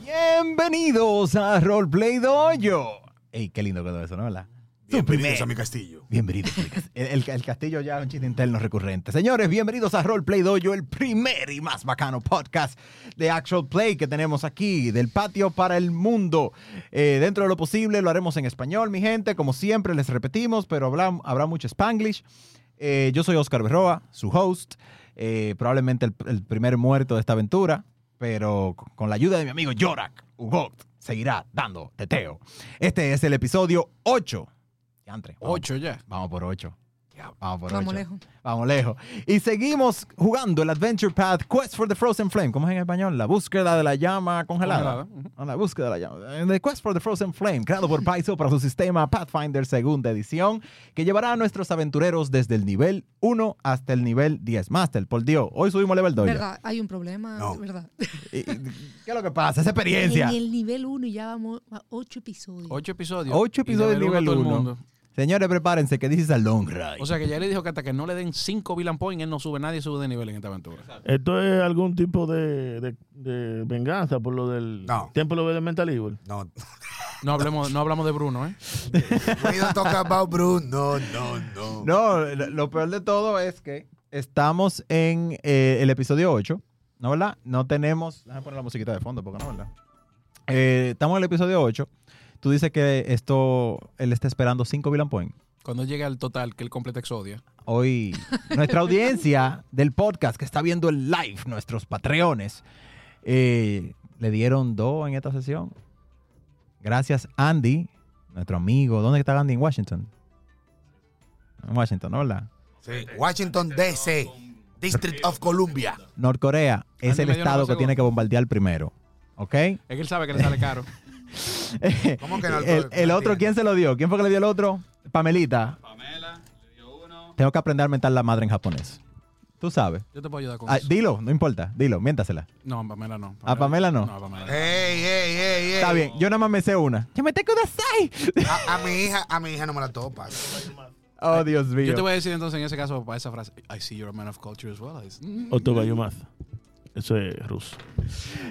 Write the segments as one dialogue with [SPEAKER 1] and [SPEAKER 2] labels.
[SPEAKER 1] Bienvenidos a Roleplay Dojo. Ey, qué lindo quedó eso, ¿no? ¿Verdad?
[SPEAKER 2] Bienvenidos a mi castillo.
[SPEAKER 1] Bienvenidos, chicas. El, el- el castillo ya es un chiste interno recurrente. Señores, bienvenidos a Roleplay Dojo, el primer y más bacano podcast de Actual Play que tenemos aquí, del patio para el mundo. Eh, dentro de lo posible lo haremos en español, mi gente. Como siempre, les repetimos, pero habrá, habrá mucho spanglish. Eh, yo soy Oscar Berroa, su host. Eh, probablemente el, el primer muerto de esta aventura, pero con- con la ayuda de mi amigo Yorak, Hugot seguirá dando teteo. Este es el episodio 8. Diantre, vamos
[SPEAKER 2] Ocho ya.
[SPEAKER 1] Vamos por 8. Vamos por
[SPEAKER 3] Vamos
[SPEAKER 1] ocho.
[SPEAKER 3] lejos.
[SPEAKER 1] Vamos lejos. Y seguimos jugando el Adventure Path Quest for the Frozen Flame. ¿Cómo es en español? La búsqueda de la llama congelada.
[SPEAKER 2] Congelada,
[SPEAKER 1] Ah, La búsqueda de la llama. The Quest for the Frozen Flame, creado por Paizo para su sistema Pathfinder segunda edición, que llevará a nuestros aventureros desde el nivel 1 hasta el nivel 10. Master, por Dios, hoy subimos level 2. ya.
[SPEAKER 3] ¿Verdad? Hay un problema,
[SPEAKER 2] No.
[SPEAKER 3] ¿verdad?
[SPEAKER 1] Y- y- ¿Qué es lo que pasa? Esa
[SPEAKER 3] En
[SPEAKER 1] experiencia.
[SPEAKER 3] el nivel 1 ya vamos a 8 episodios.
[SPEAKER 2] Ocho episodios.
[SPEAKER 1] Ocho
[SPEAKER 2] Y de
[SPEAKER 1] episodios
[SPEAKER 2] ver uno
[SPEAKER 1] nivel
[SPEAKER 2] todo el
[SPEAKER 1] 1.
[SPEAKER 2] mundo.
[SPEAKER 1] Señores, prepárense que dices a long ride.
[SPEAKER 2] O sea que ya le dijo que hasta que no le den cinco Villain Point, él no sube, nadie sube de nivel en esta aventura.
[SPEAKER 4] Esto es algún tipo de, de- de venganza por lo del
[SPEAKER 5] No.
[SPEAKER 4] templo de Mental Evil.
[SPEAKER 5] No,
[SPEAKER 2] No hablemos, no hablamos de Bruno, ¿eh?
[SPEAKER 5] we don't talk about Bruno. No, no, no.
[SPEAKER 1] No, lo lo peor de todo es que estamos en eh, el episodio 8, ¿no verdad? No tenemos... Déjame poner la musiquita de fondo, porque no, ¿verdad? Eh, estamos en el episodio 8. Tú dices que esto, él está esperando 5 Villain Point.
[SPEAKER 2] Cuando llega al total, que él completa Exodia.
[SPEAKER 1] Hoy, nuestra audiencia del podcast que está viendo el live, nuestros patreones, eh, le dieron dos en esta sesión. Gracias, Andy, nuestro amigo. ¿Dónde está Andy? En Washington. En Washington, ¿no verdad?
[SPEAKER 5] Sí, Washington DC, District of Columbia.
[SPEAKER 1] Norcorea es
[SPEAKER 2] Andy
[SPEAKER 1] el
[SPEAKER 2] me dio
[SPEAKER 1] estado
[SPEAKER 2] una
[SPEAKER 1] que tiene que bombardear primero. ¿Ok?
[SPEAKER 2] Es que él sabe que le sale caro.
[SPEAKER 5] ¿Cómo que no?
[SPEAKER 1] el, el otro, ¿quién se lo dio? ¿Quién fue que le dio el otro? Pamelita.
[SPEAKER 6] Pamela, le dio uno.
[SPEAKER 1] Tengo que aprender a mentar la madre en japonés. Tú sabes.
[SPEAKER 2] Yo te puedo ayudar con
[SPEAKER 1] Ah,
[SPEAKER 2] eso.
[SPEAKER 1] dilo, no importa. Dilo, miéntasela.
[SPEAKER 2] No, Pamela no.
[SPEAKER 1] ¿A Pamela no?
[SPEAKER 2] No, a Pamela.
[SPEAKER 5] Ey, ey, ey, ey.
[SPEAKER 1] Está bien, yo nada más me sé una. ¡Ya me te kudasai!
[SPEAKER 5] A, a mi hija, a mi hija no me la topas.
[SPEAKER 1] Oh, Dios mío.
[SPEAKER 2] Yo te voy a decir entonces en ese caso, para esa frase, I see you're a man of culture as well. Es-
[SPEAKER 1] Oh.
[SPEAKER 2] Mm.
[SPEAKER 4] Otobayumaza. Eso es ruso.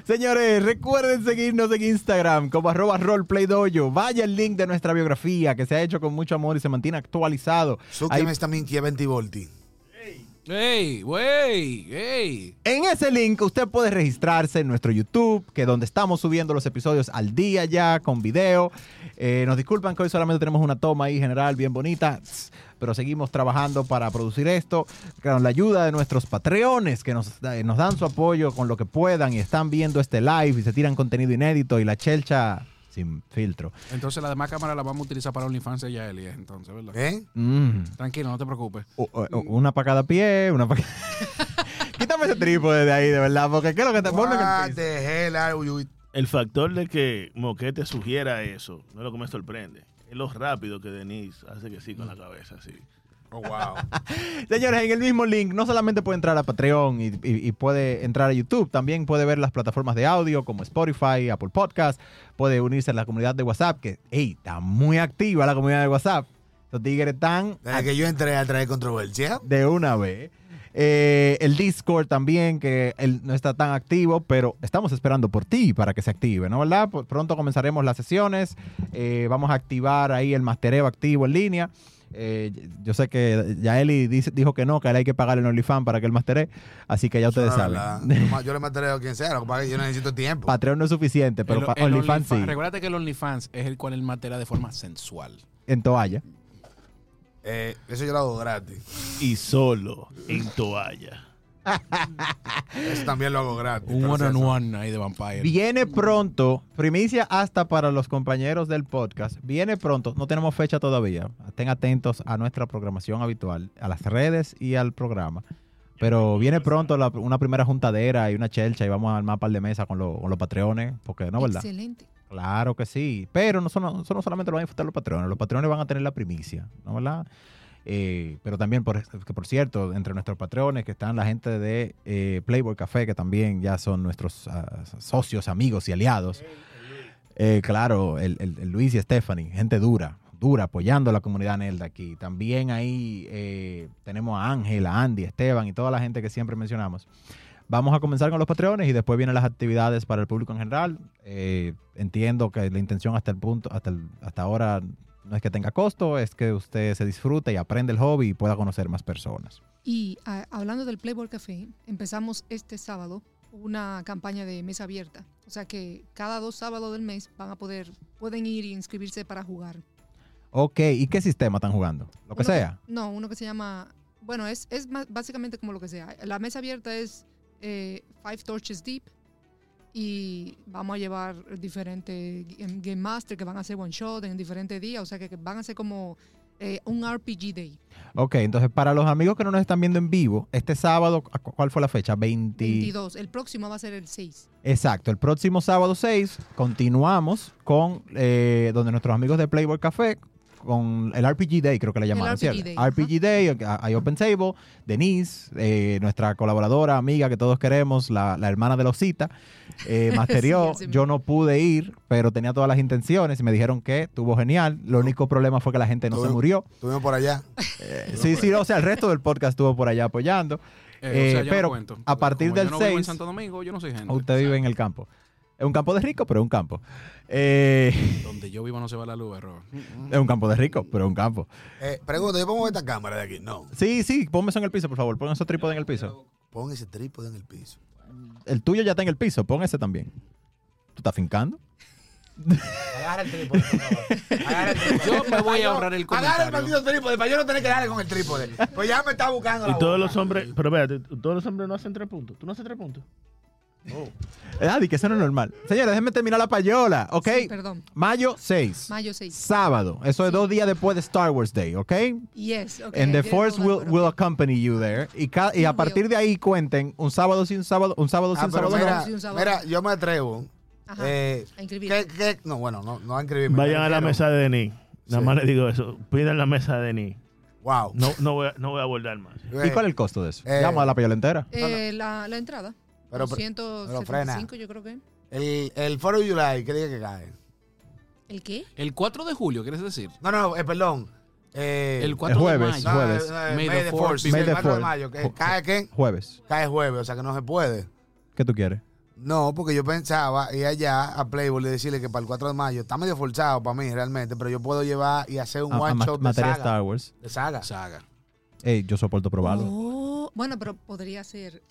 [SPEAKER 1] Señores, recuerden seguirnos en Instagram como arroba roleplaydoyo. Vaya el link de nuestra biografía que se ha hecho con mucho amor y se mantiene actualizado.
[SPEAKER 5] Suki
[SPEAKER 1] Ahí-
[SPEAKER 5] me está mintiendo 20 volti.
[SPEAKER 2] ¡Ey! ¡Wey! ¡Ey!
[SPEAKER 1] En ese link usted puede registrarse en nuestro YouTube, que donde estamos subiendo los episodios al día ya, con video. Eh, nos disculpan que hoy solamente tenemos una toma ahí general bien bonita, tss, pero seguimos trabajando para producir esto con la ayuda de nuestros patreones que nos, da- nos dan su apoyo con lo que puedan y están viendo este live y se tiran contenido inédito y la chelcha sin filtro.
[SPEAKER 2] Entonces la demás cámara la vamos a utilizar para OnlyFans de Yaeli, entonces, ¿verdad?
[SPEAKER 5] ¿Eh?
[SPEAKER 1] Mm.
[SPEAKER 2] Tranquilo, no te preocupes.
[SPEAKER 1] O- o- o- una para cada pie, una para Quítame ese trípode de ahí, de verdad, porque ¿qué es lo que te ponlo en el
[SPEAKER 5] What
[SPEAKER 1] piso.
[SPEAKER 5] the hell are you?
[SPEAKER 4] El factor de que Moquete sugiera eso no es lo que me sorprende. Es lo rápido que Denise hace que sí con la cabeza, sí.
[SPEAKER 5] Oh, wow.
[SPEAKER 1] Señores, en el mismo link no solamente puede entrar a Patreon y, y- y puede entrar a YouTube, también puede ver las plataformas de audio como Spotify, Apple Podcast, puede unirse a la comunidad de WhatsApp, que ey, está muy activa la comunidad de WhatsApp. Los tigres están
[SPEAKER 5] Desde que yo entré a traer controversia.
[SPEAKER 1] de una vez. Eh, el Discord también, que él no está tan activo, pero estamos esperando por ti para que se active, ¿no? ¿Verdad? Por- pronto comenzaremos las sesiones. eh, vamos a activar ahí el mastereo activo en línea. Eh, yo sé que ya Eli dice- dijo que no, que a él hay que pagar el OnlyFans para que el mastere. Así que ya ustedes
[SPEAKER 5] Ahora,
[SPEAKER 1] saben.
[SPEAKER 5] la- yo ma- Yo le mataré a quien sea, lo que pasa es que yo necesito tiempo.
[SPEAKER 1] Patreon no es suficiente, pero pa- OnlyFans sí.
[SPEAKER 2] Recuerda que el OnlyFans es el cual él matera de forma sensual.
[SPEAKER 1] En toalla.
[SPEAKER 5] Eh, eso yo lo hago gratis.
[SPEAKER 4] Y solo en toalla.
[SPEAKER 5] Eso también lo hago gratis.
[SPEAKER 2] Un
[SPEAKER 5] pero
[SPEAKER 2] one
[SPEAKER 5] sí,
[SPEAKER 2] on
[SPEAKER 5] eso-
[SPEAKER 2] one ahí de Vampire.
[SPEAKER 1] Viene pronto, primicia hasta para los compañeros del podcast. Viene pronto, no tenemos fecha todavía. Estén atentos a nuestra programación habitual, a las redes y al programa. Pero viene pronto la- una primera juntadera y una chelcha y vamos al mapa de mesa con, los- con los patreones, porque no, ¿verdad?
[SPEAKER 3] Excelente.
[SPEAKER 1] Claro que sí, pero no, son, eso no solamente lo van a disfrutar los patrones, los patrones van a tener la primicia, ¿no verdad? Eh, pero también, por, que por cierto, entre nuestros patrones que están la gente de eh, Playboy Café, que también ya son nuestros ah, socios, amigos y aliados. Eh, claro, el, el- el Luis y Stephanie, gente dura, dura, apoyando a la comunidad Nelda aquí. También ahí eh, tenemos a Ángel, a Andy, Esteban y toda la gente que siempre mencionamos. Vamos a comenzar con los patreones y después vienen las actividades para el público en general. Eh, entiendo que la intención hasta el punto, hasta, el- hasta ahora, no es que tenga costo, es que usted se disfrute y aprende el hobby y pueda conocer más personas.
[SPEAKER 3] Y ah, hablando del Playboy Café, empezamos este sábado una campaña de mesa abierta. O sea que cada dos sábados del mes van a poder, pueden ir y inscribirse para jugar.
[SPEAKER 1] Ok, ¿y qué sistema están jugando? Lo que
[SPEAKER 3] Uno que-
[SPEAKER 1] sea.
[SPEAKER 3] no, uno que se llama, bueno, es, es ma- básicamente como lo que sea. La mesa abierta es eh, Five Torches Deep y vamos a llevar diferentes Game Game Master que van a hacer one shot en diferentes días, o sea que, que van a ser como eh, un RPG Day.
[SPEAKER 1] Ok, entonces para los amigos que no nos están viendo en vivo, este sábado, ¿a cu- ¿cuál fue la fecha? 20...
[SPEAKER 3] 22, el próximo va a ser el 6.
[SPEAKER 1] Exacto, el próximo sábado 6 continuamos con eh, donde nuestros amigos de Playboy Café con el RPG Day, creo que le llamaron,
[SPEAKER 3] RPG
[SPEAKER 1] ¿cierto?
[SPEAKER 3] Day,
[SPEAKER 1] RPG Day, a- hay Open Table, Denise, eh, nuestra colaboradora, amiga que todos queremos, la, la hermana de Losita, eh, masterió.
[SPEAKER 3] así
[SPEAKER 1] Yo no pude ir, pero tenía todas las intenciones y me dijeron que estuvo genial. Lo único problema fue que la gente no se
[SPEAKER 5] Todo-
[SPEAKER 1] murió.
[SPEAKER 5] Estuvimos por allá.
[SPEAKER 1] Eh, sí, sí, o sea, el resto del podcast estuvo por allá apoyando. Eh,
[SPEAKER 2] o sea, yo no
[SPEAKER 1] pero
[SPEAKER 2] cuento.
[SPEAKER 1] a partir
[SPEAKER 2] Como
[SPEAKER 1] del
[SPEAKER 2] yo no vivo en
[SPEAKER 1] 6,
[SPEAKER 2] Santo Domingo, yo no soy gente.
[SPEAKER 1] Usted vive en el campo. Es un campo de rico, pero es un campo. Eh,
[SPEAKER 2] Donde yo vivo no se va la luz, error.
[SPEAKER 1] Es un campo de rico, pero es un campo.
[SPEAKER 5] Eh, pregunta, ¿yo pongo esta cámara de aquí? No.
[SPEAKER 1] Sí, sí, ponme eso en el piso, por favor. Pon esos trípode en el piso.
[SPEAKER 5] Pon ese trípode en el piso.
[SPEAKER 1] El tuyo ya está en el piso, pon ese también. ¿Tú estás fincando?
[SPEAKER 5] Agarra el trípode, por favor. Agarra el trípode.
[SPEAKER 2] Yo me voy a ahorrar el
[SPEAKER 5] Agarra el
[SPEAKER 2] comentario.
[SPEAKER 5] maldito trípode para yo no tener que darle con el trípode. Pues ya me está buscando la
[SPEAKER 4] Y todos
[SPEAKER 5] boca.
[SPEAKER 4] los hombres, pero espérate, todos los hombres no hacen tres puntos. ¿Tú no haces tres puntos? Oh.
[SPEAKER 1] Eh, Ah, di que eso no es normal. Señores, déjenme terminar la payola, ¿ok?
[SPEAKER 3] Sí, perdón.
[SPEAKER 1] Mayo 6.
[SPEAKER 3] Mayo 6.
[SPEAKER 1] Sábado. Eso es dos días después de Star Wars Day, ¿ok?
[SPEAKER 3] Yes, ok.
[SPEAKER 1] And the
[SPEAKER 3] aquí
[SPEAKER 1] force
[SPEAKER 3] estamos de
[SPEAKER 1] will,
[SPEAKER 3] acuerdo.
[SPEAKER 1] will accompany you there. Y, ca- y a
[SPEAKER 3] Will.
[SPEAKER 1] partir de ahí cuenten un sábado sin sábado, un sábado
[SPEAKER 5] Ah,
[SPEAKER 1] sin
[SPEAKER 5] pero
[SPEAKER 1] sábado. no.
[SPEAKER 5] mira,
[SPEAKER 3] Sí, un sábado.
[SPEAKER 5] mira, yo me atrevo.
[SPEAKER 3] Ajá,
[SPEAKER 5] eh,
[SPEAKER 3] a inscribir.
[SPEAKER 5] ¿qué- qué? No, bueno, no, no a inscribirme.
[SPEAKER 4] Vayan
[SPEAKER 5] me
[SPEAKER 4] a la
[SPEAKER 5] refiero.
[SPEAKER 4] mesa de Denis. Nada
[SPEAKER 5] Sí.
[SPEAKER 4] más le digo eso. Pidan la mesa de Denis.
[SPEAKER 5] Wow.
[SPEAKER 4] No, no, voy, a, no voy a abordar más.
[SPEAKER 1] ¿Y cuál es el costo de eso?
[SPEAKER 5] Eh.
[SPEAKER 1] Llama a la payola entera.
[SPEAKER 3] Eh, la, la entrada.
[SPEAKER 5] Pero-
[SPEAKER 3] 275, yo creo que.
[SPEAKER 5] El, el 4 de July, ¿qué día que cae?
[SPEAKER 3] ¿El qué?
[SPEAKER 2] El 4 de julio, ¿quieres decir?
[SPEAKER 5] No, no, eh, perdón. Eh,
[SPEAKER 2] El 4
[SPEAKER 1] jueves.
[SPEAKER 2] de
[SPEAKER 5] no,
[SPEAKER 2] mayo.
[SPEAKER 5] no,
[SPEAKER 1] jueves.
[SPEAKER 5] no,
[SPEAKER 2] May
[SPEAKER 5] May
[SPEAKER 2] the
[SPEAKER 5] the
[SPEAKER 2] fourth
[SPEAKER 5] 4th,
[SPEAKER 2] be
[SPEAKER 5] sí,
[SPEAKER 1] May
[SPEAKER 5] el
[SPEAKER 1] the
[SPEAKER 5] 4 de
[SPEAKER 1] fourth.
[SPEAKER 5] mayo. que ¿Cae qué?
[SPEAKER 1] Jueves.
[SPEAKER 5] Cae jueves, o sea que no se puede.
[SPEAKER 1] ¿Qué tú quieres?
[SPEAKER 5] No, porque yo pensaba ir allá a Playboy y decirle que para el 4 de mayo está medio forzado para mí realmente, pero yo puedo llevar y hacer un
[SPEAKER 1] A- a
[SPEAKER 5] one
[SPEAKER 1] Ah, ma-
[SPEAKER 5] shot de
[SPEAKER 1] materia
[SPEAKER 5] saga.
[SPEAKER 1] Star Wars.
[SPEAKER 5] De saga.
[SPEAKER 2] Saga.
[SPEAKER 1] Ey, yo soporto probarlo.
[SPEAKER 3] Oh, bueno, pero podría ser.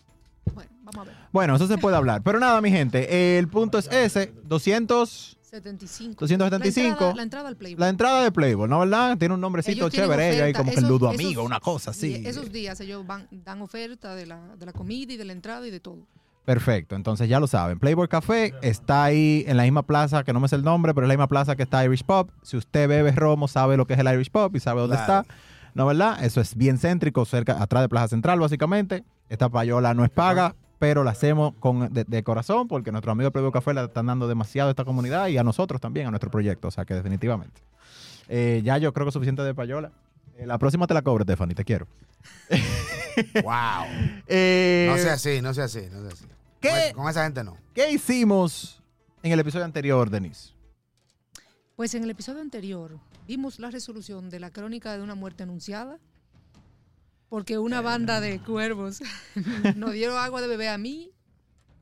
[SPEAKER 3] Bueno, vamos a ver.
[SPEAKER 1] Bueno, eso se puede hablar. Pero nada, mi gente, el punto es ese, 200,
[SPEAKER 3] 75. La
[SPEAKER 1] 275.
[SPEAKER 3] entrada, la entrada al Playboy.
[SPEAKER 1] La entrada de Playboy, ¿no verdad? Tiene un nombrecito
[SPEAKER 3] Ellos tienen
[SPEAKER 1] chévere, ahí
[SPEAKER 3] oferta,
[SPEAKER 1] como que el
[SPEAKER 3] esos-
[SPEAKER 1] Ludo
[SPEAKER 3] esos
[SPEAKER 1] Amigo, una cosa así.
[SPEAKER 3] di- Esos días ellos van, dan oferta de la, de la comida y de la entrada y de todo.
[SPEAKER 1] Perfecto, entonces ya lo saben. Playboy Café está ahí en la misma plaza, que no me sé el nombre, pero es la misma plaza que está Irish Pop. Si usted bebe romo, sabe lo que es el Irish Pop y sabe dónde
[SPEAKER 5] Claro.
[SPEAKER 1] está. ¿No verdad? Eso es bien céntrico, cerca, atrás de Plaza Central, básicamente. Esta payola no es paga, pero la hacemos con, de, de corazón porque nuestros amigos de Playboy Café le están dando demasiado a esta comunidad y a nosotros también, a nuestro proyecto. O sea que definitivamente. Eh, ya yo creo que es suficiente de payola. Eh, la próxima te la cobro, Stephanie, te quiero.
[SPEAKER 5] Wow.
[SPEAKER 1] Eh,
[SPEAKER 5] No sea así, no sea así, no sea así.
[SPEAKER 1] ¿Qué?
[SPEAKER 5] Con es- Con esa gente no.
[SPEAKER 1] ¿Qué hicimos en el episodio anterior, Denise?
[SPEAKER 3] Pues en el episodio anterior vimos la resolución de la crónica de una muerte anunciada. Porque una banda de cuervos nos dieron agua de bebé a mí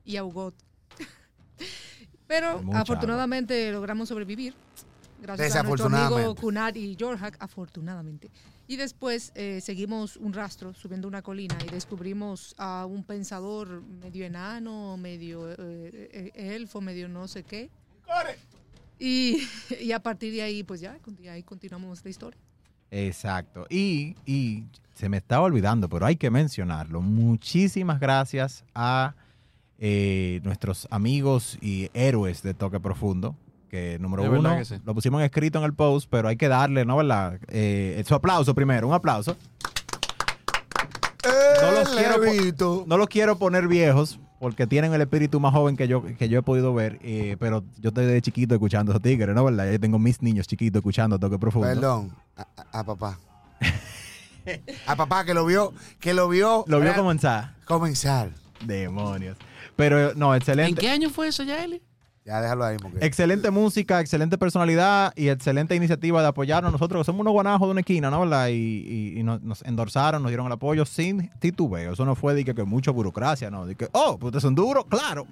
[SPEAKER 3] y a Hugot. Pero
[SPEAKER 1] Mucha
[SPEAKER 3] afortunadamente logramos sobrevivir. Gracias a nuestro amigo
[SPEAKER 5] Desafortunadamente.
[SPEAKER 3] Kunal y Jorhak, afortunadamente. Y después eh, seguimos un rastro subiendo una colina y descubrimos a un pensador medio enano, medio eh, eh, elfo, medio no sé qué. Y, y a partir de ahí, pues ya, conti- ahí continuamos la historia.
[SPEAKER 1] Exacto. Y, y se me estaba olvidando, pero hay que mencionarlo. Muchísimas gracias a eh, nuestros amigos y héroes de Toque Profundo. Que número
[SPEAKER 2] De verdad
[SPEAKER 1] uno,
[SPEAKER 2] que sí.
[SPEAKER 1] lo pusimos escrito en el post, pero hay que darle, ¿no? ¿Verdad? Eh, su aplauso primero, un aplauso. No los
[SPEAKER 5] El
[SPEAKER 1] quiero po-
[SPEAKER 5] levito.
[SPEAKER 1] No los quiero poner viejos porque tienen el espíritu más joven que yo, que yo he podido ver, eh, pero yo estoy de chiquito escuchando esos tigres, ¿no? ¿Verdad? Yo tengo mis niños chiquitos escuchando Toque Profundo.
[SPEAKER 5] Perdón, a, a- a papá. A papá que lo vio, que lo vio,
[SPEAKER 1] Lo vio
[SPEAKER 5] eh,
[SPEAKER 1] comenzar.
[SPEAKER 5] comenzar.
[SPEAKER 1] Demonios. Pero no,
[SPEAKER 2] ¿En
[SPEAKER 1] excelente.
[SPEAKER 2] qué año fue eso ya, Eli?
[SPEAKER 5] Ya déjalo ahí, porque.
[SPEAKER 1] Excelente música, excelente personalidad y excelente iniciativa de apoyarnos. Nosotros somos unos guanajos de una esquina, ¿no? ¿Verdad? Y, y- y nos, nos endorsaron, nos dieron el apoyo sin titubeo. Eso no fue de que, que mucha burocracia, ¿no? De que, oh, pues ustedes son duros, claro.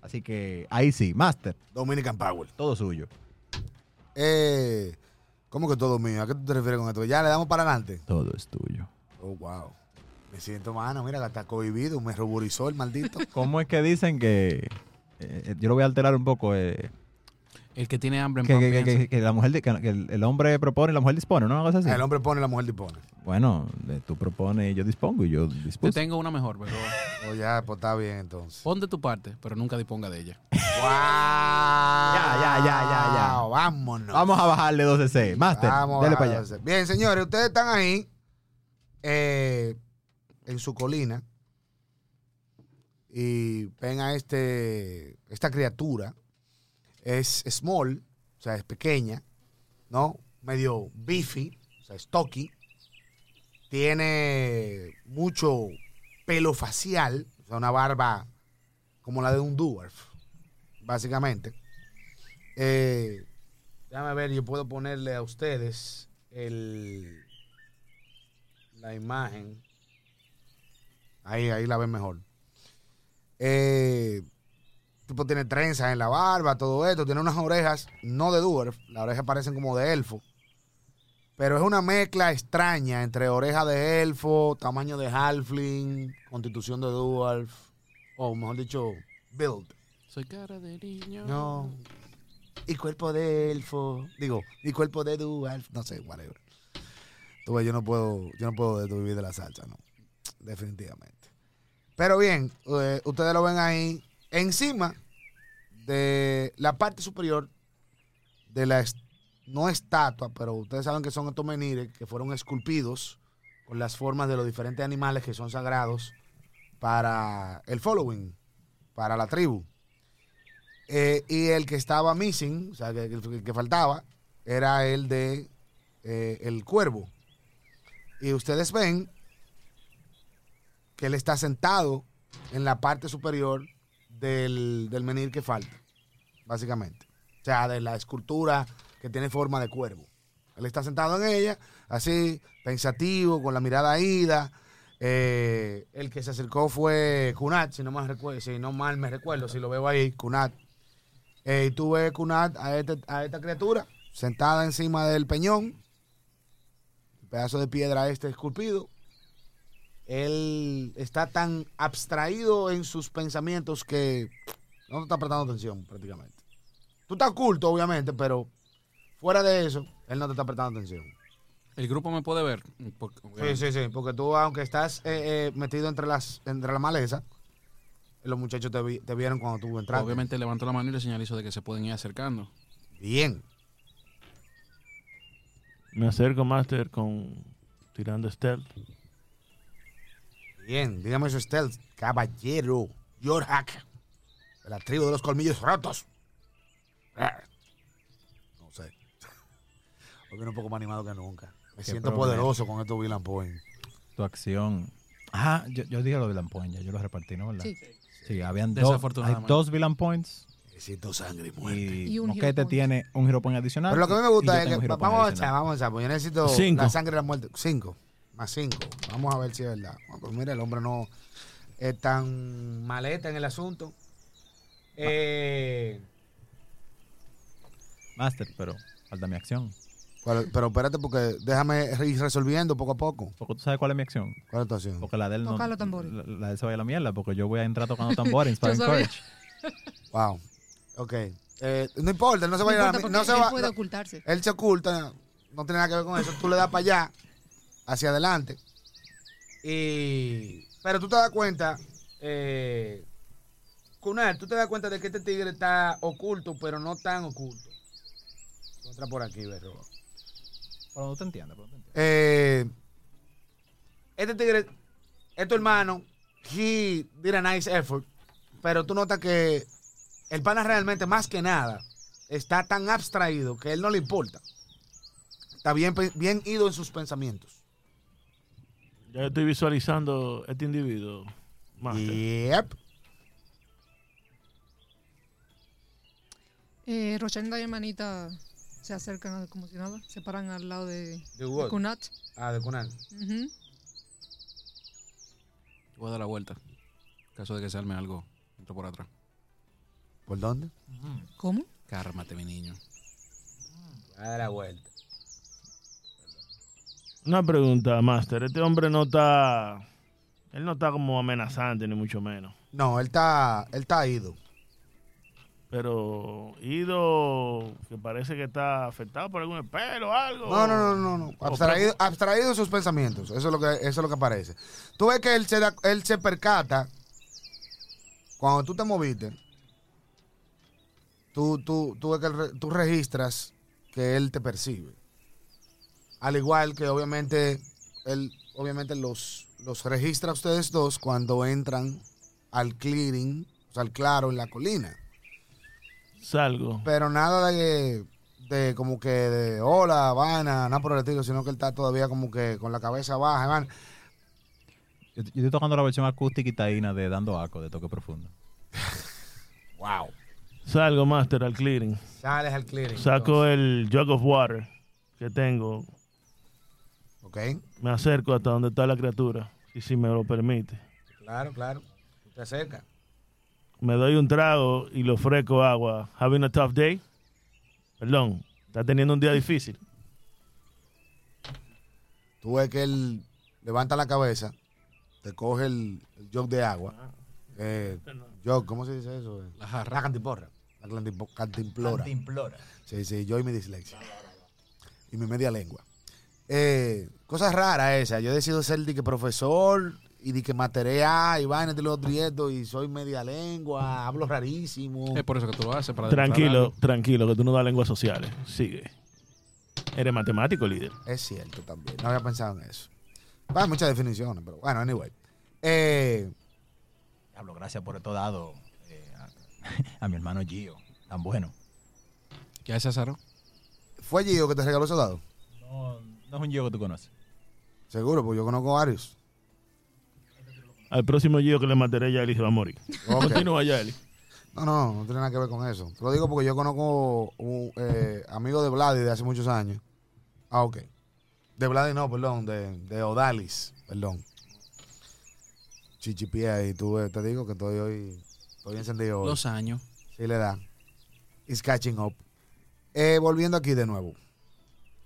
[SPEAKER 1] Así que ahí sí, Master,
[SPEAKER 5] Dominican Power.
[SPEAKER 1] todo suyo.
[SPEAKER 5] Eh, ¿Cómo que todo mío? ¿A qué tú te refieres con esto? Ya le damos para adelante.
[SPEAKER 1] Todo es tuyo.
[SPEAKER 5] Oh, wow. Me siento mano, mira, hasta cohibido, me ruborizó el maldito.
[SPEAKER 1] ¿Cómo es que dicen que.? eh, eh, yo lo voy a alterar un poco. eh,
[SPEAKER 2] El que tiene hambre en
[SPEAKER 1] que,
[SPEAKER 2] pan
[SPEAKER 1] que- que-
[SPEAKER 2] piensa.
[SPEAKER 1] que- que la mujer, di- que, que el, el hombre propone y la mujer dispone, ¿no? Una cosa así.
[SPEAKER 5] El hombre pone, la mujer dispone.
[SPEAKER 1] Bueno, eh, tú propones, yo dispongo y yo dispuse.
[SPEAKER 2] Te tengo una mejor, pero
[SPEAKER 5] Oh, ya, pues está bien entonces.
[SPEAKER 2] pon de tu parte, pero nunca disponga de ella.
[SPEAKER 5] ¡Wow! Ya,
[SPEAKER 1] ya, ya, ya, ya.
[SPEAKER 5] Vámonos.
[SPEAKER 1] Vamos a bajarle 12 c Master,
[SPEAKER 5] Vamos,
[SPEAKER 1] dale
[SPEAKER 5] a
[SPEAKER 1] para allá.
[SPEAKER 5] hacer. Bien, señores, ustedes están ahí eh, en su colina y ven a este, esta criatura. Es small, o sea, es pequeña, ¿no? Medio beefy, o sea, stocky. Tiene mucho pelo facial, o sea, una barba como la de un dwarf, básicamente. Eh, Déjame ver, yo puedo ponerle a ustedes el la imagen. Ahí, ahí la ven mejor. Eh, tipo tiene trenzas en la barba, todo esto. Tiene unas orejas, no de dwarf, las orejas parecen como de elfo. Pero es una mezcla extraña entre oreja de elfo, tamaño de halfling, constitución de dwarf, o mejor dicho, build.
[SPEAKER 2] Soy cara de niño.
[SPEAKER 5] No. Y cuerpo de elfo. Digo, y cuerpo de dual. No sé, whatever. Tú ves, yo no puedo, yo no puedo vivir de la salsa, no. Definitivamente. Pero bien, eh, ustedes lo ven ahí. Encima de la parte superior de la est- no estatua, pero ustedes saben que son estos menires que fueron esculpidos con las formas de los diferentes animales que son sagrados para el following, para la tribu. Eh, y el que estaba missing, o sea, que, que- que faltaba, era el de eh, el cuervo. Y ustedes ven que él está sentado en la parte superior del, del menir que falta, básicamente. O sea, de la escultura que tiene forma de cuervo. Él está sentado en ella, así, pensativo, con la mirada ida. Eh, el que se acercó fue Kunat, si no, mal recuerdo, si no mal me recuerdo, si lo veo ahí, Kunat. Eh, y tú ves, Kunat, a, este- a esta criatura sentada encima del peñón, el pedazo de piedra este esculpido. Él está tan abstraído en sus pensamientos que no te está prestando atención prácticamente. Tú estás culto, obviamente, pero fuera de eso, él no te está prestando atención.
[SPEAKER 2] El grupo me puede ver. Porque-
[SPEAKER 5] Sí, sí, sí, porque tú, aunque estás eh, eh, metido entre las entre la maleza, los muchachos te, vi- te vieron cuando tú entraste.
[SPEAKER 2] Obviamente levantó la mano y le señalizó de que se pueden ir acercando.
[SPEAKER 5] Bien.
[SPEAKER 4] Me acerco, Master, con tirando stealth.
[SPEAKER 5] Bien, dígame su stealth, caballero. Yorhak. De la tribu de los colmillos rotos. Ah, No sé. Hoy viene un poco más animado que nunca. Me siento
[SPEAKER 1] problema.
[SPEAKER 5] poderoso con estos Villain Point.
[SPEAKER 1] Tu acción. Ah, yo, yo dije lo de Villain Point, ya yo lo repartí, ¿no? ¿Verdad?
[SPEAKER 3] Sí.
[SPEAKER 1] Sí, habían dos, hay
[SPEAKER 2] Desafortunadamente.
[SPEAKER 1] dos Villain Points
[SPEAKER 5] Necesito sangre y muerte.
[SPEAKER 1] y,
[SPEAKER 3] Y un hero
[SPEAKER 1] Moquete
[SPEAKER 3] point.
[SPEAKER 1] tiene un Hero Point adicional.
[SPEAKER 5] Pero lo que a mí me
[SPEAKER 1] y yo
[SPEAKER 5] gusta es
[SPEAKER 1] tengo un
[SPEAKER 5] que.
[SPEAKER 1] hero
[SPEAKER 5] va-
[SPEAKER 1] point
[SPEAKER 5] Vamos a echar,
[SPEAKER 1] adicional.
[SPEAKER 5] vamos a echar. Porque yo necesito
[SPEAKER 4] Cinco.
[SPEAKER 5] la sangre y la muerte. Cinco. Más cinco. Vamos a ver si es verdad. Bueno, pues mira, el hombre no es tan maleta en el asunto. Eh.
[SPEAKER 1] Master, pero falta mi acción.
[SPEAKER 5] Pero, pero espérate, porque déjame ir resolviendo poco a poco.
[SPEAKER 1] Porque tú sabes cuál es mi acción.
[SPEAKER 5] ¿Cuál es tu acción?
[SPEAKER 1] Porque la de él no.
[SPEAKER 3] Toca los tambores.
[SPEAKER 1] La, la de él se vaya a la mierda, porque yo voy a entrar tocando tambores para
[SPEAKER 3] Yo sabía.
[SPEAKER 1] Encourage.
[SPEAKER 5] Wow. Ok. Eh, no importa, no se
[SPEAKER 3] No
[SPEAKER 5] va a ir a
[SPEAKER 3] importa
[SPEAKER 5] la
[SPEAKER 3] porque
[SPEAKER 5] no se
[SPEAKER 3] él
[SPEAKER 5] va-
[SPEAKER 3] puede
[SPEAKER 5] no-
[SPEAKER 3] ocultarse.
[SPEAKER 5] él se oculta, no tiene nada que ver con eso. Tú le das para allá, hacia adelante. Y. Pero tú te das cuenta, eh, Kunal, tú te das cuenta de que este tigre está oculto, pero no tan oculto. Otra por aquí, Berro.
[SPEAKER 1] Pero no te entiendes, pero no te entiendes.
[SPEAKER 5] Eh, este tigre, es tu hermano, he did a nice effort, pero tú notas que el pana realmente, más que nada, está tan abstraído que él no le importa. Está bien, pe- bien ido en sus pensamientos.
[SPEAKER 4] Ya estoy visualizando este individuo, Master.
[SPEAKER 5] Yep.
[SPEAKER 3] Eh, Rochanda y Manita se acercan, a- como si nada, se paran al lado de,
[SPEAKER 5] ¿De Hugo?
[SPEAKER 3] de Kunat.
[SPEAKER 5] Ah, de Conan.
[SPEAKER 3] Ujú.
[SPEAKER 2] Voy a dar la vuelta. En caso de que se arme algo, entro por atrás.
[SPEAKER 5] ¿Por dónde?
[SPEAKER 3] ¿Cómo?
[SPEAKER 2] Cármate, mi niño.
[SPEAKER 5] A dar la vuelta.
[SPEAKER 4] Una pregunta, Master. Este hombre no está. Él no está como amenazante, ni mucho menos.
[SPEAKER 5] No, él está, él está ido.
[SPEAKER 4] Pero Ido, que parece que está afectado por algún pelo o algo.
[SPEAKER 5] No, no, no, no, no. Abstraído, abstraído de sus pensamientos. Eso es lo que, eso es lo que aparece. Tú ves que él se da- él se percata. Cuando tú te moviste, tú, tú, tú ves que él re- tú registras que él te percibe. Al igual que obviamente él, obviamente los, los registra a ustedes dos cuando entran al clearing, o sea, al claro en la colina.
[SPEAKER 4] Salgo.
[SPEAKER 5] Pero nada de, de como que de hola, Habana, nada por el estilo, sino que él está todavía como que con la cabeza baja, Habana.
[SPEAKER 1] Yo, yo estoy tocando la versión acústica y taína de Dando Aco de Toque Profundo.
[SPEAKER 5] Wow.
[SPEAKER 4] Salgo, Master, al clearing.
[SPEAKER 5] Sales al clearing.
[SPEAKER 4] Saco el jug of water que tengo.
[SPEAKER 5] entonces. Ok,
[SPEAKER 4] Me acerco hasta donde está la criatura. Y si me lo permite.
[SPEAKER 5] claro, claro. Te acerca.
[SPEAKER 4] Me doy un trago y le ofrezco agua. Having a tough day. Perdón, está teniendo un día difícil.
[SPEAKER 5] Tú ves que él levanta la cabeza, te coge el, el jug de agua. Eh, jug, ¿cómo se dice eso?
[SPEAKER 2] La jarra.
[SPEAKER 5] La cantimplora. La cantimpo- cantimplora. Sí, sí, yo y mi dislexia. Y mi media lengua. Eh, cosas raras esas. Yo decido ser de que profesor y de que materia y vaina de los otros y soy media lengua, hablo rarísimo.
[SPEAKER 2] Es por eso que tú lo haces. Para demostrar
[SPEAKER 4] Tranquilo,
[SPEAKER 2] algo.
[SPEAKER 4] tranquilo, que tú no das lenguas sociales. Sigue. Eres matemático, líder.
[SPEAKER 5] Es cierto también. No había pensado en eso. Va, muchas definiciones, pero bueno, anyway. Eh,
[SPEAKER 1] Diablo, gracias por esto dado eh, a, a mi hermano Gio. Tan bueno.
[SPEAKER 2] ¿Qué hace Azaro?
[SPEAKER 5] ¿Fue Gio que te regaló ese dado?
[SPEAKER 1] No, no es un Gio que tú conoces.
[SPEAKER 5] Seguro, porque yo conozco varios.
[SPEAKER 4] Al próximo Gio que le mataré, ya Eli se va a morir.
[SPEAKER 5] Ok.
[SPEAKER 4] Continúa, ya Eli.
[SPEAKER 5] No, no, no tiene nada que ver con eso. Te lo digo porque yo conozco un eh, amigo de Vladi de hace muchos años. Ah, ok. De Vladi no, perdón, de, de Odalis, perdón. Chichipié y tú eh, te digo que estoy hoy, estoy encendido hoy.
[SPEAKER 2] Los años.
[SPEAKER 5] Sí le da. It's catching up. Eh, volviendo aquí de nuevo.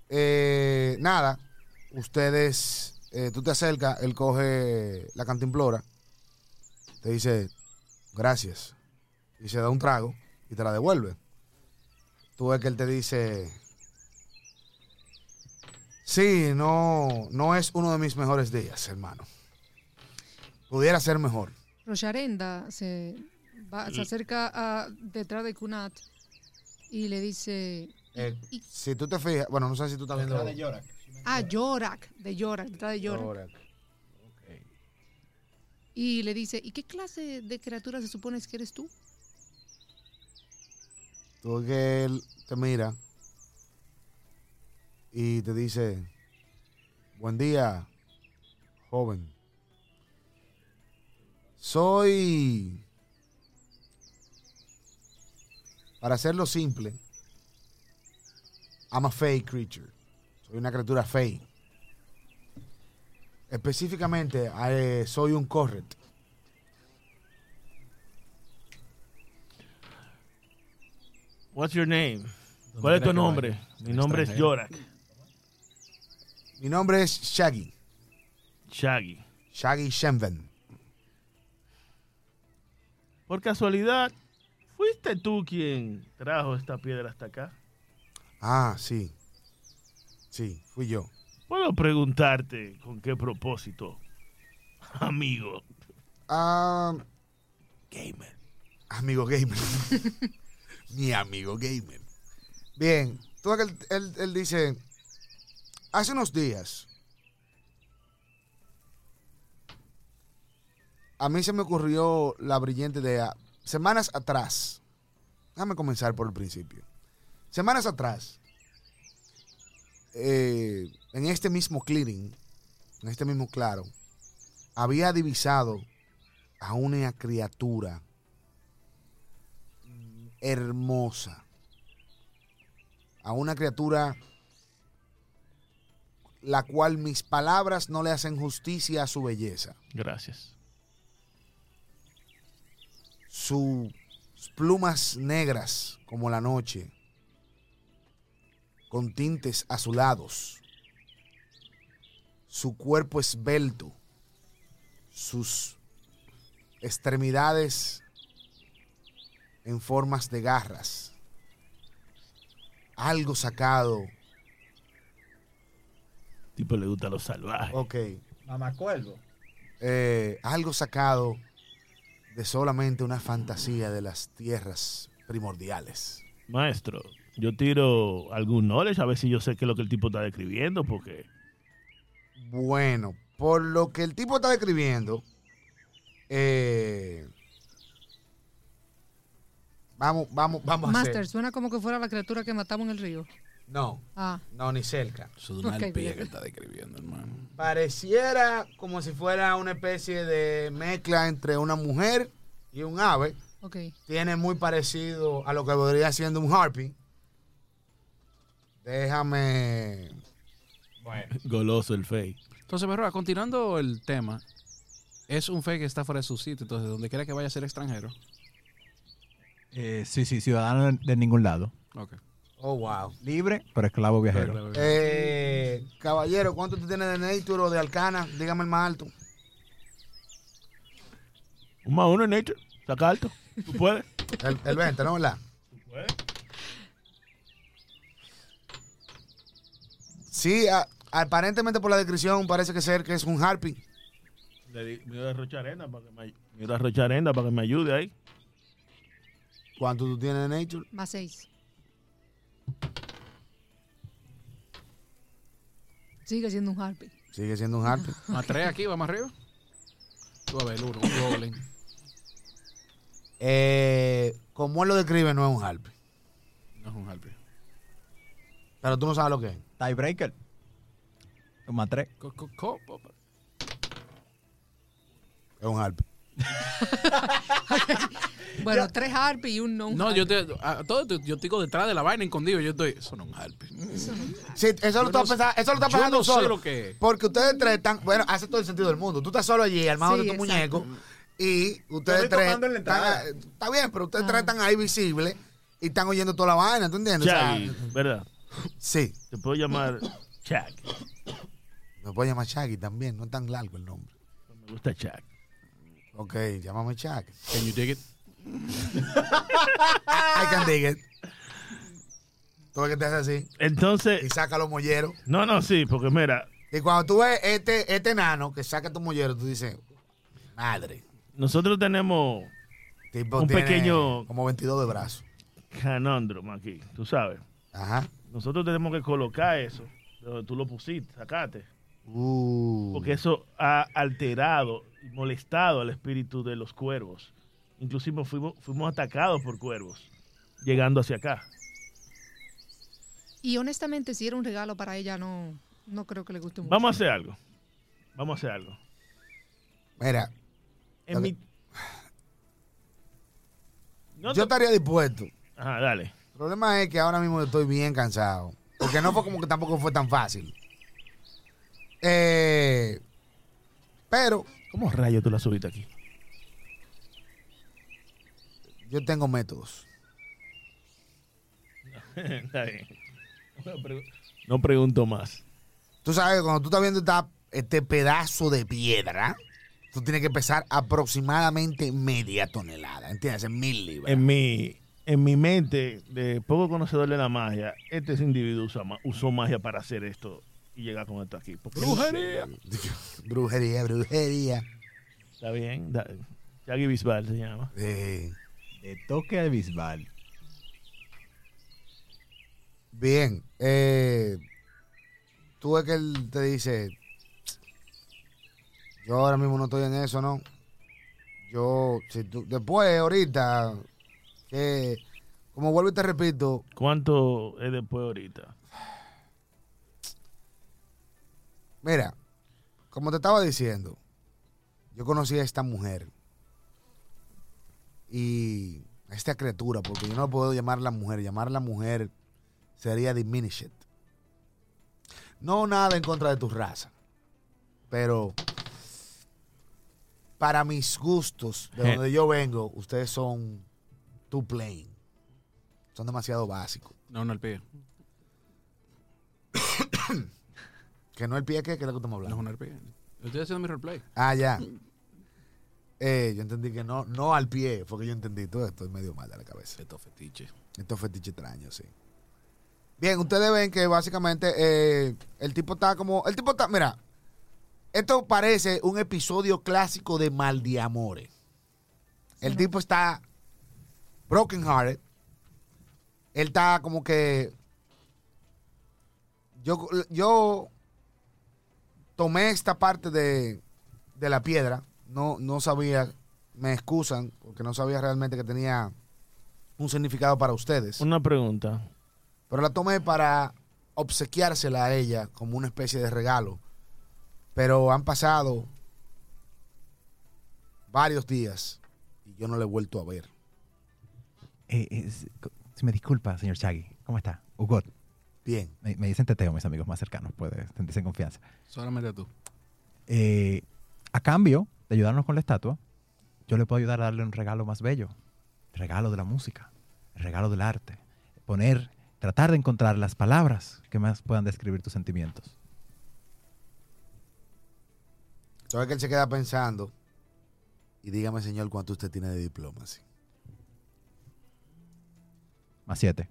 [SPEAKER 5] Eh, nada, ustedes, eh, tú te acercas, él coge la cantimplora, te dice, gracias, y se da un trago y te la devuelve. Tú ves que él te dice, sí, no, no es uno de mis mejores días, hermano. Pudiera ser mejor.
[SPEAKER 3] Rocharenda se, va- se acerca a- detrás de Kunat y le dice,
[SPEAKER 5] Eh, si tú te fijas, bueno, no sé si tú estás viendo...
[SPEAKER 3] ah, Yorak, de Yorak, detrás de Yorak.
[SPEAKER 5] Ahora,
[SPEAKER 3] Y le dice, ¿y qué clase de criatura se supone que eres tú?
[SPEAKER 5] Tú ves que él te mira y te dice, buen día, joven. Soy, para hacerlo simple, I'm a fey creature. Soy una criatura fey. Específicamente, eh, soy un corret.
[SPEAKER 4] What's your name? ¿Cuál es
[SPEAKER 2] quiera
[SPEAKER 4] tu
[SPEAKER 2] que
[SPEAKER 4] nombre?
[SPEAKER 2] vaya.
[SPEAKER 4] Mi nombre es
[SPEAKER 2] Extranjero.
[SPEAKER 4] Yorak
[SPEAKER 5] Mi nombre es Shaggy.
[SPEAKER 4] Shaggy.
[SPEAKER 5] Shaggy Shenven.
[SPEAKER 4] Por casualidad, ¿fuiste tú quien trajo esta piedra hasta acá?
[SPEAKER 5] Ah, sí. Sí, fui yo.
[SPEAKER 4] Puedo preguntarte con qué propósito, amigo.
[SPEAKER 5] Ah,
[SPEAKER 4] Gamer.
[SPEAKER 5] amigo gamer. Mi amigo gamer. Bien, tú ves que él, él- él dice, hace unos días, a mí se me ocurrió la brillante idea, semanas atrás, déjame comenzar por el principio, semanas atrás, eh, en este mismo clearing, en este mismo claro, había divisado a una criatura hermosa, a una criatura la cual mis palabras no le hacen justicia a su belleza.
[SPEAKER 4] Gracias.
[SPEAKER 5] sus plumas negras como la noche, con tintes azulados, su cuerpo esbelto, sus extremidades en formas de garras, algo sacado.
[SPEAKER 4] Tipo le gusta los salvajes.
[SPEAKER 5] Ok.
[SPEAKER 1] Mamacuervo.
[SPEAKER 5] eh, algo sacado de solamente una fantasía de las tierras primordiales.
[SPEAKER 4] Maestro, yo tiro algún knowledge a ver si yo sé qué es lo que el tipo está describiendo, porque
[SPEAKER 5] Bueno, por lo que el tipo está describiendo, eh, vamos, vamos, vamos a
[SPEAKER 3] Master,
[SPEAKER 5] hacer.
[SPEAKER 3] suena como que fuera la criatura que matamos en el río.
[SPEAKER 5] No,
[SPEAKER 3] Ah,
[SPEAKER 5] no, ni cerca.
[SPEAKER 2] Eso es una
[SPEAKER 3] Ok,
[SPEAKER 2] arpía
[SPEAKER 3] bien.
[SPEAKER 2] que está describiendo, hermano.
[SPEAKER 5] Pareciera como si fuera una especie de mezcla entre una mujer y un ave.
[SPEAKER 3] ok.
[SPEAKER 5] tiene muy parecido a lo que podría siendo un harpy. Déjame.
[SPEAKER 4] goloso el fake.
[SPEAKER 2] Entonces, Berroa, continuando el tema, es un fake que está fuera de su sitio, entonces donde quiera que vaya a ser extranjero.
[SPEAKER 1] Eh, sí, sí, ciudadano de ningún lado.
[SPEAKER 2] Ok.
[SPEAKER 5] Oh, wow.
[SPEAKER 1] Libre, pero esclavo viajero.
[SPEAKER 5] Eh, caballero, ¿cuánto tú tienes de Nature o de Alcana? Dígame el más alto.
[SPEAKER 4] Un más uno en Nature, saca alto. ¿Tú puedes?
[SPEAKER 5] El, el 20, ¿no? ¿Verdad? Sí, a- aparentemente por la descripción parece que ser que es un harpy.
[SPEAKER 4] Le di, miro a Rocha Arenda para que me, miro a Rocha Arenda para que me ayude ahí.
[SPEAKER 5] ¿Cuánto tú tienes de Nature?
[SPEAKER 3] Más seis. Sigue siendo un harpy.
[SPEAKER 5] Sigue siendo un harpy.
[SPEAKER 2] Más tres aquí, vamos arriba. Tú a ver, el uno, un goblin.
[SPEAKER 5] Eh, como él lo describe, no es un harpy.
[SPEAKER 2] No es un harpy.
[SPEAKER 5] Pero tú no sabes lo que es.
[SPEAKER 1] Tiebreaker. Toma tres.
[SPEAKER 2] Co- co- co- po- po-
[SPEAKER 5] Es un harpy.
[SPEAKER 3] Bueno, tres harpy y un no.
[SPEAKER 2] No, yo te, a- todo esto, yo estoy detrás de la vaina escondido. Yo estoy. Eso no es un harpy.
[SPEAKER 5] Sí, eso lo,
[SPEAKER 2] no
[SPEAKER 5] está pensando,
[SPEAKER 2] sé-
[SPEAKER 5] eso lo está
[SPEAKER 2] yo
[SPEAKER 5] pensando
[SPEAKER 2] no sé
[SPEAKER 5] solo.
[SPEAKER 2] lo que es.
[SPEAKER 5] Porque ustedes tres están. Bueno, hace todo el sentido del mundo. Tú estás solo allí, al mano
[SPEAKER 3] Sí,
[SPEAKER 5] de tu
[SPEAKER 3] exacto.
[SPEAKER 5] muñeco. Y
[SPEAKER 1] Yo
[SPEAKER 5] ustedes
[SPEAKER 1] estoy
[SPEAKER 5] tres.
[SPEAKER 1] tocando en la entrada.
[SPEAKER 5] están- está bien, pero ustedes
[SPEAKER 3] Ah.
[SPEAKER 5] tres están ahí visibles y están oyendo toda la vaina, ¿tú entiendes? O sea,
[SPEAKER 4] Shaggy, ¿verdad?
[SPEAKER 5] sí.
[SPEAKER 4] Te puedo llamar Chuck.
[SPEAKER 5] Me puedo llamar Shaggy también, no es tan largo el nombre.
[SPEAKER 4] Me gusta Chuck.
[SPEAKER 5] Ok, llámame Shaggy.
[SPEAKER 2] Can you dig it?
[SPEAKER 5] I can dig it. Tú ves que te haces así y
[SPEAKER 4] Entonces,
[SPEAKER 5] saca los molleros.
[SPEAKER 4] no, no, sí, porque mira,
[SPEAKER 5] Y cuando tú ves este, este nano que saca tus molleros, tú dices, madre.
[SPEAKER 4] nosotros tenemos
[SPEAKER 5] Tipo
[SPEAKER 4] Un
[SPEAKER 5] tiene
[SPEAKER 4] pequeño-
[SPEAKER 5] Como 22 de brazos.
[SPEAKER 4] canóndromo aquí, tú sabes.
[SPEAKER 5] Ajá.
[SPEAKER 4] Nosotros tenemos que colocar eso de donde tú lo pusiste, sacaste.
[SPEAKER 5] Uh.
[SPEAKER 4] Porque eso ha alterado y molestado al espíritu de los cuervos. Inclusive fuimos, fuimos atacados por cuervos llegando hacia acá.
[SPEAKER 3] Y honestamente, si era un regalo para ella, no, no creo que le guste mucho.
[SPEAKER 4] Vamos a hacer algo. Vamos a hacer algo.
[SPEAKER 5] Mira,
[SPEAKER 4] En
[SPEAKER 5] Ok.
[SPEAKER 4] mi- No
[SPEAKER 5] yo
[SPEAKER 4] te-
[SPEAKER 5] estaría dispuesto.
[SPEAKER 4] Ajá, dale.
[SPEAKER 5] El problema es que ahora mismo estoy bien cansado. Porque no fue como que tampoco fue tan fácil. Eh, pero
[SPEAKER 4] ¿Cómo rayo tú la subiste aquí?
[SPEAKER 5] yo tengo métodos.
[SPEAKER 4] Está bien. No pregu- No pregunto más.
[SPEAKER 5] Tú sabes, que cuando tú estás viendo esta- este pedazo de piedra, tú tienes que pesar aproximadamente media tonelada. ¿Entiendes? En mil libras.
[SPEAKER 4] En mi, en mi mente, de poco conocedor de la magia, este individuo usa ma- usó magia para hacer esto y llegar con esto aquí. Porque-
[SPEAKER 2] ¡Brujería!
[SPEAKER 5] brujería, brujería.
[SPEAKER 4] Está bien. da- Jackie Bisbal se llama.
[SPEAKER 5] Eh,
[SPEAKER 1] De toque de Bisbal.
[SPEAKER 5] Bien. eh, tú ves que él te dice, yo ahora mismo no estoy en eso, ¿no? Yo, si tú, después, ahorita, que, como vuelvo y te repito,
[SPEAKER 4] ¿Cuánto es después ahorita?
[SPEAKER 5] mira, como te estaba diciendo, yo conocí a esta mujer y a esta criatura, porque yo no puedo llamar la mujer, llamar la mujer sería diminished. No nada en contra de tu raza, pero para mis gustos, de donde yo vengo, ustedes son too plain. Son demasiado básicos.
[SPEAKER 2] No, no, el pie.
[SPEAKER 5] Que no el pie que, que es lo que estamos hablando.
[SPEAKER 2] No, no, el pie. Yo estoy haciendo mi replay.
[SPEAKER 5] Ah, ya. Eh, yo entendí que no, no al pie, porque yo entendí todo esto, es medio mal de la cabeza.
[SPEAKER 2] Esto fetiche.
[SPEAKER 5] Estos fetiches extraños, sí. Bien, ustedes ven que básicamente eh, el tipo está como. El tipo está. Mira, esto parece un episodio clásico de Mal de Amores. El tipo está broken hearted. Él está como que. Yo, yo tomé esta parte de, de la piedra. No, no sabía. Me excusan porque no sabía realmente que tenía un significado para ustedes.
[SPEAKER 4] Una pregunta.
[SPEAKER 5] Pero la tomé para obsequiársela a ella como una especie de regalo. Pero han pasado varios días y yo no la he vuelto a ver.
[SPEAKER 1] Eh, eh, si si me disculpa, señor Chagui, ¿cómo está? Hugo,
[SPEAKER 5] Bien.
[SPEAKER 1] me, me dicen teteo mis amigos más cercanos, pues, puede sentirse en confianza.
[SPEAKER 2] Solamente tú.
[SPEAKER 1] Eh, a cambio de ayudarnos con la estatua, yo le puedo ayudar a darle un regalo más bello. El regalo de la música, el regalo del arte. Poner, tratar de encontrar las palabras que más puedan describir tus sentimientos.
[SPEAKER 5] Sabes que él se queda pensando. Y dígame, señor, cuánto usted tiene de diploma. Sí.
[SPEAKER 1] Más siete,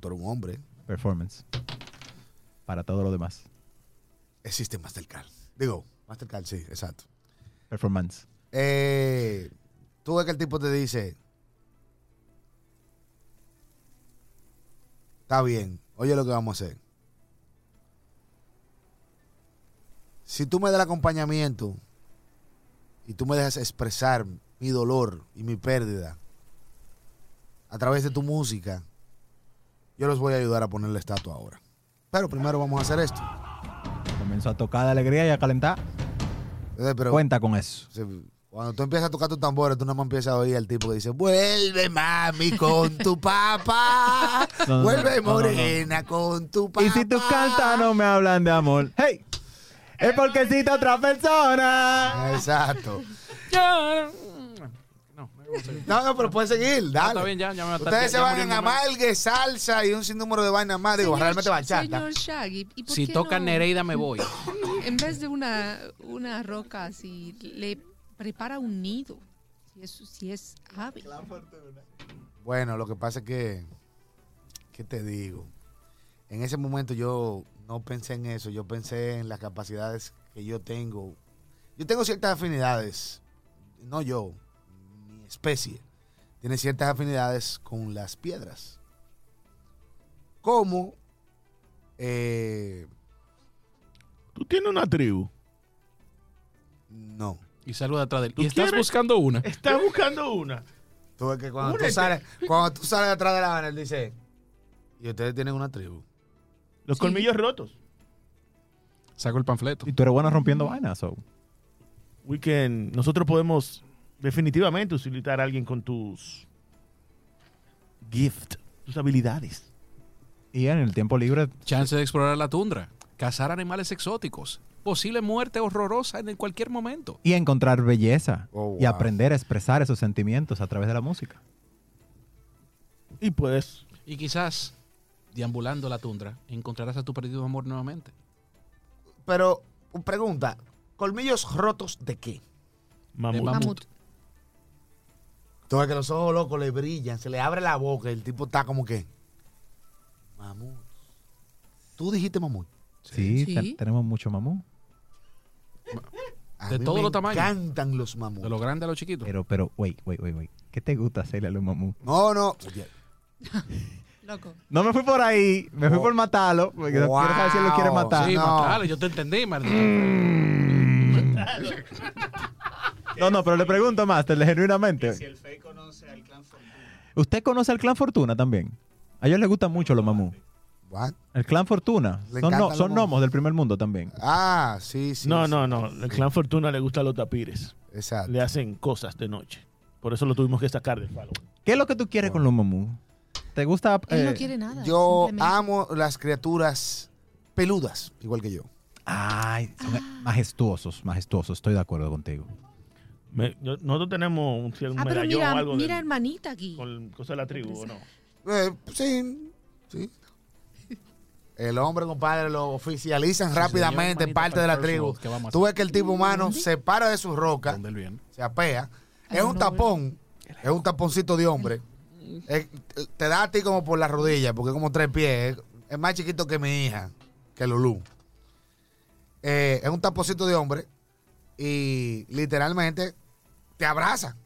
[SPEAKER 5] Tú eres un hombre.
[SPEAKER 1] performance. Para todo lo demás.
[SPEAKER 5] Existe Mastercard. Digo, Mastercard, sí, exacto.
[SPEAKER 1] Performance.
[SPEAKER 5] Eh, tú ves que el tipo te dice, está bien, oye lo que vamos a hacer. Si tú me das el acompañamiento y tú me dejas expresar mi dolor y mi pérdida a través de tu música, yo los voy a ayudar a poner la estatua ahora. Pero primero vamos a hacer esto.
[SPEAKER 1] Comenzó a tocar de alegría y a calentar.
[SPEAKER 5] Entonces, Eh, pero-
[SPEAKER 1] Cuenta con eso.
[SPEAKER 5] Se- Cuando tú empiezas a tocar tus tambores, tú nada más empiezas a oír al tipo que dice, vuelve mami con tu papá,
[SPEAKER 1] No, no,
[SPEAKER 5] vuelve
[SPEAKER 1] no, no, no.
[SPEAKER 5] morena con tu papá.
[SPEAKER 1] Y si tus cantas no me hablan de amor, hey, es
[SPEAKER 5] Eh.
[SPEAKER 1] porque existe otra persona.
[SPEAKER 5] Exacto.
[SPEAKER 2] No, no voy a seguir.
[SPEAKER 5] No, no, pero puedes seguir, dale.
[SPEAKER 2] está bien, ya, ya me va a estar-
[SPEAKER 5] Ustedes
[SPEAKER 2] ya-
[SPEAKER 5] se
[SPEAKER 2] ya
[SPEAKER 5] van en
[SPEAKER 2] muriendo
[SPEAKER 5] amalgue, salsa y un sinnúmero de vainas más. Digo,
[SPEAKER 3] Señor-
[SPEAKER 5] realmente bachata.
[SPEAKER 3] Señor Shaggy, ¿y por
[SPEAKER 2] Si
[SPEAKER 3] qué
[SPEAKER 2] toca
[SPEAKER 3] no,
[SPEAKER 2] Nereida, me voy.
[SPEAKER 3] En vez de una, una roca así, le prepara un nido. Si es, si es ave.
[SPEAKER 5] Bueno, lo que pasa es que, ¿qué te digo? En ese momento yo no pensé en eso, yo pensé en las capacidades que yo tengo. Yo tengo ciertas afinidades, no yo, mi especie, tiene ciertas afinidades con las piedras. Como, eh,
[SPEAKER 4] Tú tienes una tribu.
[SPEAKER 5] no.
[SPEAKER 2] Y salgo de atrás de él.
[SPEAKER 4] ¿Tú
[SPEAKER 2] Y estás
[SPEAKER 4] quieres?
[SPEAKER 2] buscando una.
[SPEAKER 4] Estás buscando una.
[SPEAKER 5] Tú ves que cuando tú,
[SPEAKER 4] Únete.
[SPEAKER 5] sales, cuando tú sales atrás de la vaina, él dice, y ustedes tienen una tribu.
[SPEAKER 4] Los
[SPEAKER 3] Sí.
[SPEAKER 4] colmillos rotos.
[SPEAKER 2] Saco el panfleto.
[SPEAKER 1] Y tú eres bueno rompiendo vainas, so.
[SPEAKER 4] We can- nosotros podemos definitivamente utilizar a alguien con tus gift, tus habilidades.
[SPEAKER 1] Y en el tiempo libre,
[SPEAKER 2] Chance de explorar la tundra. Cazar animales exóticos. Posible muerte horrorosa en cualquier momento.
[SPEAKER 1] y encontrar belleza.
[SPEAKER 5] Oh,
[SPEAKER 1] Y
[SPEAKER 5] wow.
[SPEAKER 1] aprender a expresar esos sentimientos a través de la música.
[SPEAKER 4] Y puedes.
[SPEAKER 2] Y quizás, deambulando la tundra, encontrarás a tu perdido amor nuevamente.
[SPEAKER 5] Pero, pregunta, ¿colmillos rotos de qué?
[SPEAKER 4] Mamut.
[SPEAKER 2] Mamut.
[SPEAKER 3] Mamut.
[SPEAKER 5] Tú ves que los ojos locos le brillan, se le abre la boca y el tipo está como que. Mamut. Tú dijiste mamut.
[SPEAKER 1] Sí,
[SPEAKER 3] Sí.
[SPEAKER 1] ten- tenemos mucho mamú.
[SPEAKER 5] A
[SPEAKER 2] De
[SPEAKER 5] mí
[SPEAKER 2] todos
[SPEAKER 5] me
[SPEAKER 2] los tamaños.
[SPEAKER 5] encantan los mamuts.
[SPEAKER 2] De lo grande a lo chiquito.
[SPEAKER 1] Pero, pero, wait, wait, wait, wait. ¿Qué te gusta hacerle a los mamú?
[SPEAKER 5] No, no. Oye,
[SPEAKER 3] Loco.
[SPEAKER 1] No me fui por ahí, me fui
[SPEAKER 5] Oh.
[SPEAKER 1] por matarlo, porque no
[SPEAKER 5] Wow.
[SPEAKER 1] quiero saber si él lo quiere matar.
[SPEAKER 2] Sí,
[SPEAKER 5] no.
[SPEAKER 2] matalo, yo te entendí, maldito.
[SPEAKER 1] No, no, pero le pregunto, Master, le- genuinamente.
[SPEAKER 6] Si el Fey conoce al clan Fortuna.
[SPEAKER 1] ¿Usted conoce al clan Fortuna también? A ellos les gustan mucho los mamú.
[SPEAKER 5] what?
[SPEAKER 1] El clan Fortuna.
[SPEAKER 5] Le
[SPEAKER 1] Son,
[SPEAKER 5] encantan
[SPEAKER 1] no-
[SPEAKER 5] los
[SPEAKER 1] son
[SPEAKER 5] momos.
[SPEAKER 1] gnomos del primer mundo también.
[SPEAKER 5] Ah, sí, sí.
[SPEAKER 4] no,
[SPEAKER 5] sí.
[SPEAKER 4] no, no. El clan Fortuna le gusta los tapires.
[SPEAKER 5] Exacto.
[SPEAKER 4] Le hacen cosas de noche. Por eso lo tuvimos que sacar del palo.
[SPEAKER 1] ¿Qué es lo que tú quieres con los mamú? ¿Te gusta?
[SPEAKER 3] Él no
[SPEAKER 1] eh,
[SPEAKER 3] quiere nada.
[SPEAKER 5] Yo
[SPEAKER 3] simplemente.
[SPEAKER 5] amo las criaturas peludas, igual que yo.
[SPEAKER 1] Ay, son majestuosos, majestuosos. Estoy de acuerdo contigo.
[SPEAKER 4] Me- yo- nosotros tenemos un, si un
[SPEAKER 3] Ah, pero
[SPEAKER 4] medallón o
[SPEAKER 3] mira,
[SPEAKER 4] algo de-
[SPEAKER 3] mira hermanita aquí.
[SPEAKER 4] con cosas de la tribu, ¿o no?
[SPEAKER 5] Eh, sí, sí. El hombre, compadre, lo oficializan
[SPEAKER 2] señor,
[SPEAKER 5] rápidamente en
[SPEAKER 2] manita,
[SPEAKER 5] parte de la
[SPEAKER 2] para el
[SPEAKER 5] tribu.
[SPEAKER 2] próximo, ¿qué vamos a
[SPEAKER 5] Tú ves que el tipo humano se para de su roca,
[SPEAKER 2] ¿Dónde él viene?
[SPEAKER 5] se apea.
[SPEAKER 3] I
[SPEAKER 5] Es
[SPEAKER 3] don't
[SPEAKER 5] un
[SPEAKER 3] know,
[SPEAKER 5] tapón, es un taponcito de hombre. Es- te da a ti como por la rodilla, porque es como tres pies. Es- Es más chiquito que mi hija, que Lulú. Eh, es un taponcito de hombre y literalmente te abraza.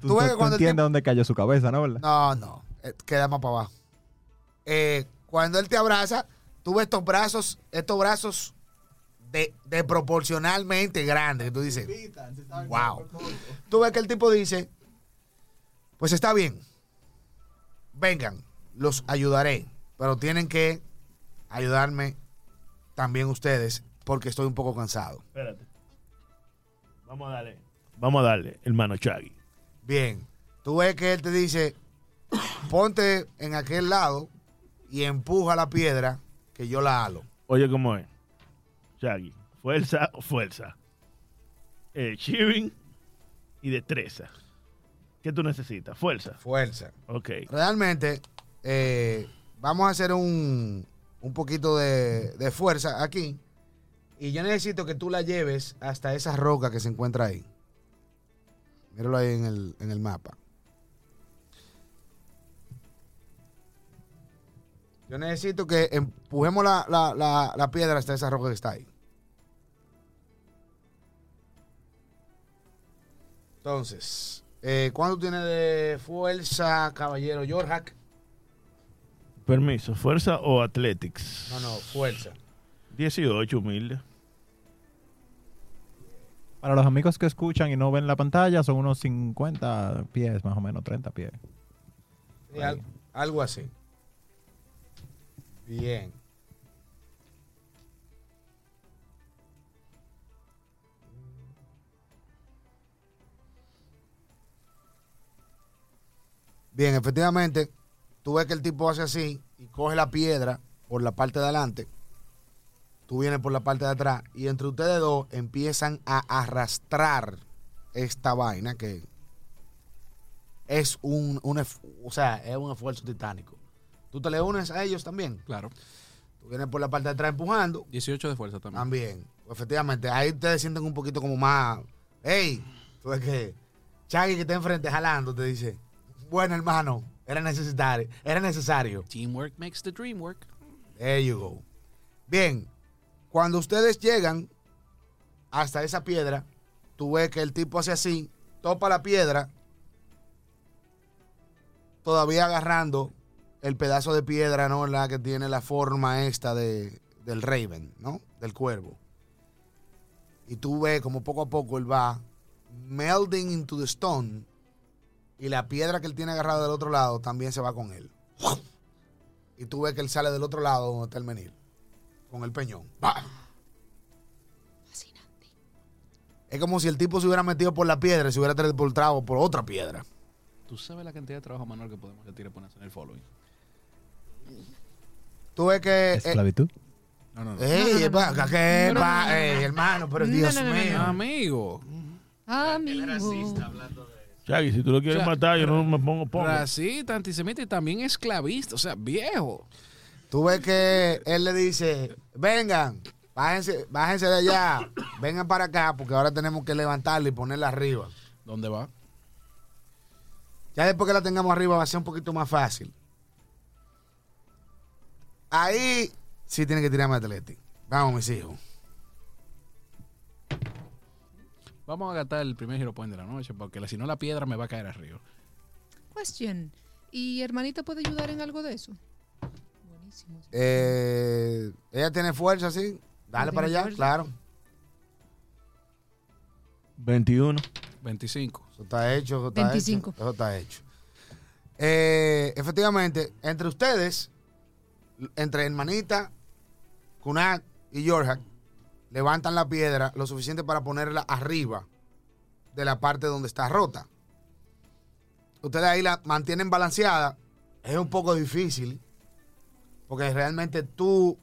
[SPEAKER 1] Tú,
[SPEAKER 5] Tú
[SPEAKER 1] tú-
[SPEAKER 5] ves que
[SPEAKER 1] tú
[SPEAKER 5] cuando el
[SPEAKER 1] entiendes dónde cayó su cabeza, ¿no? ¿Verdad?
[SPEAKER 5] No, no. eh, Queda más para abajo. Eh, cuando él te abraza, tú ves estos brazos, estos brazos de, de proporcionalmente grandes. que Tú dices, wow. Tú ves que el tipo dice, pues está bien. Vengan, los ayudaré. Pero tienen que ayudarme también ustedes porque estoy un poco cansado.
[SPEAKER 4] Espérate. Vamos a darle. Vamos a darle, hermano Chagui.
[SPEAKER 5] Bien. Tú ves que él te dice, ponte en aquel lado y empuja la piedra que yo la halo.
[SPEAKER 4] Oye, ¿cómo es? Chagui. Fuerza, fuerza. Eh, cheering y destreza. ¿Qué tú necesitas? Fuerza.
[SPEAKER 5] Fuerza.
[SPEAKER 4] Ok.
[SPEAKER 5] Realmente, eh, vamos a hacer un, un poquito de, de fuerza aquí. Y yo necesito que tú la lleves hasta esa roca que se encuentra ahí. Míralo ahí en el, en el mapa. Yo necesito que empujemos la, la- la- la piedra hasta esa roca que está ahí. Entonces, eh, ¿cuánto tiene de fuerza, caballero Jorjak?
[SPEAKER 4] Permiso. ¿Fuerza o athletics?
[SPEAKER 5] No, no, fuerza.
[SPEAKER 4] 18, humilde.
[SPEAKER 1] Para los amigos que escuchan y no ven la pantalla, son unos 50 pies, más o menos, 30 pies.
[SPEAKER 5] Eh, Sí, al- algo así. Bien. Bien, efectivamente, tú ves que el tipo hace así y coge la piedra por la parte de adelante. Tú vienes por la parte de atrás y entre ustedes dos empiezan a arrastrar esta vaina que es un, un esf- o sea, es un esfuerzo titánico. Tú te le unes a ellos también.
[SPEAKER 2] Claro.
[SPEAKER 5] Tú vienes por la parte de atrás empujando
[SPEAKER 2] 18 de fuerza también.
[SPEAKER 5] también. Efectivamente, ahí ustedes sienten un poquito como más. ¡Ey! Tú ves que Chagui que está enfrente jalando te dice: Bueno, hermano, era necesario. Era necesario.
[SPEAKER 2] Teamwork makes the dream work.
[SPEAKER 5] There you go. Bien, cuando ustedes llegan hasta esa piedra, tú ves que el tipo hace así, topa la piedra, todavía agarrando el pedazo de piedra, ¿no? La que tiene la forma esta de, del raven, ¿no? Del cuervo. Y tú ves como poco a poco él va melding into the stone y la piedra que él tiene agarrada del otro lado también se va con él y tú ves que él sale del otro lado donde está el menil, con el peñón. ¡Bah!
[SPEAKER 3] Ah. Fascinante.
[SPEAKER 5] Es como si el tipo se hubiera metido por la piedra y se hubiera transportado por otra piedra.
[SPEAKER 2] Tú sabes la cantidad de trabajo manual que podemos retirar por hacer el following.
[SPEAKER 5] Tú ves que... eh,
[SPEAKER 1] Esclavitud.
[SPEAKER 2] No, no, no.
[SPEAKER 5] ¡Ey,
[SPEAKER 3] No, no, no,
[SPEAKER 5] epa,
[SPEAKER 3] no.
[SPEAKER 5] que-
[SPEAKER 3] No, no,
[SPEAKER 5] epa,
[SPEAKER 3] no, no,
[SPEAKER 5] ey,
[SPEAKER 3] no.
[SPEAKER 5] hermano, pero
[SPEAKER 3] No,
[SPEAKER 5] Dios
[SPEAKER 3] no, no, no,
[SPEAKER 5] mío.
[SPEAKER 3] no.
[SPEAKER 2] Amigo.
[SPEAKER 6] Él es racista
[SPEAKER 3] Amigo.
[SPEAKER 6] hablando de eso.
[SPEAKER 4] Chagui, si tú lo quieres
[SPEAKER 2] Cha-
[SPEAKER 4] matar, yo no me pongo pongo.
[SPEAKER 2] Racista, antisemita y también esclavista. O sea, viejo.
[SPEAKER 5] Tú ves que él le dice, vengan, bájense, bájense de allá, vengan para acá, porque ahora tenemos que levantarla y ponerla arriba.
[SPEAKER 2] ¿Dónde va?
[SPEAKER 5] Ya después que la tengamos arriba va a ser un poquito más fácil. Ahí sí tienen que tirarme Atleti. Vamos, mis hijos.
[SPEAKER 2] Vamos a gastar el primer hero point de la noche porque la- si no la piedra me va a caer arriba.
[SPEAKER 3] Question. ¿Y hermanita puede ayudar en algo de eso? Buenísimo.
[SPEAKER 5] Eh, ella tiene fuerza, sí. Dale para
[SPEAKER 3] Ella tiene
[SPEAKER 5] allá,
[SPEAKER 3] fuerza.
[SPEAKER 5] claro.
[SPEAKER 4] 21.
[SPEAKER 2] 25.
[SPEAKER 5] Eso está hecho, eso está
[SPEAKER 3] 25.
[SPEAKER 5] hecho. Eso está hecho. Eh, efectivamente, entre ustedes, entre hermanita, Kunat y Georgia, levantan la piedra lo suficiente para ponerla arriba de la parte donde está rota. ustedes ahí la mantienen balanceada, es un poco difícil. Porque realmente tú,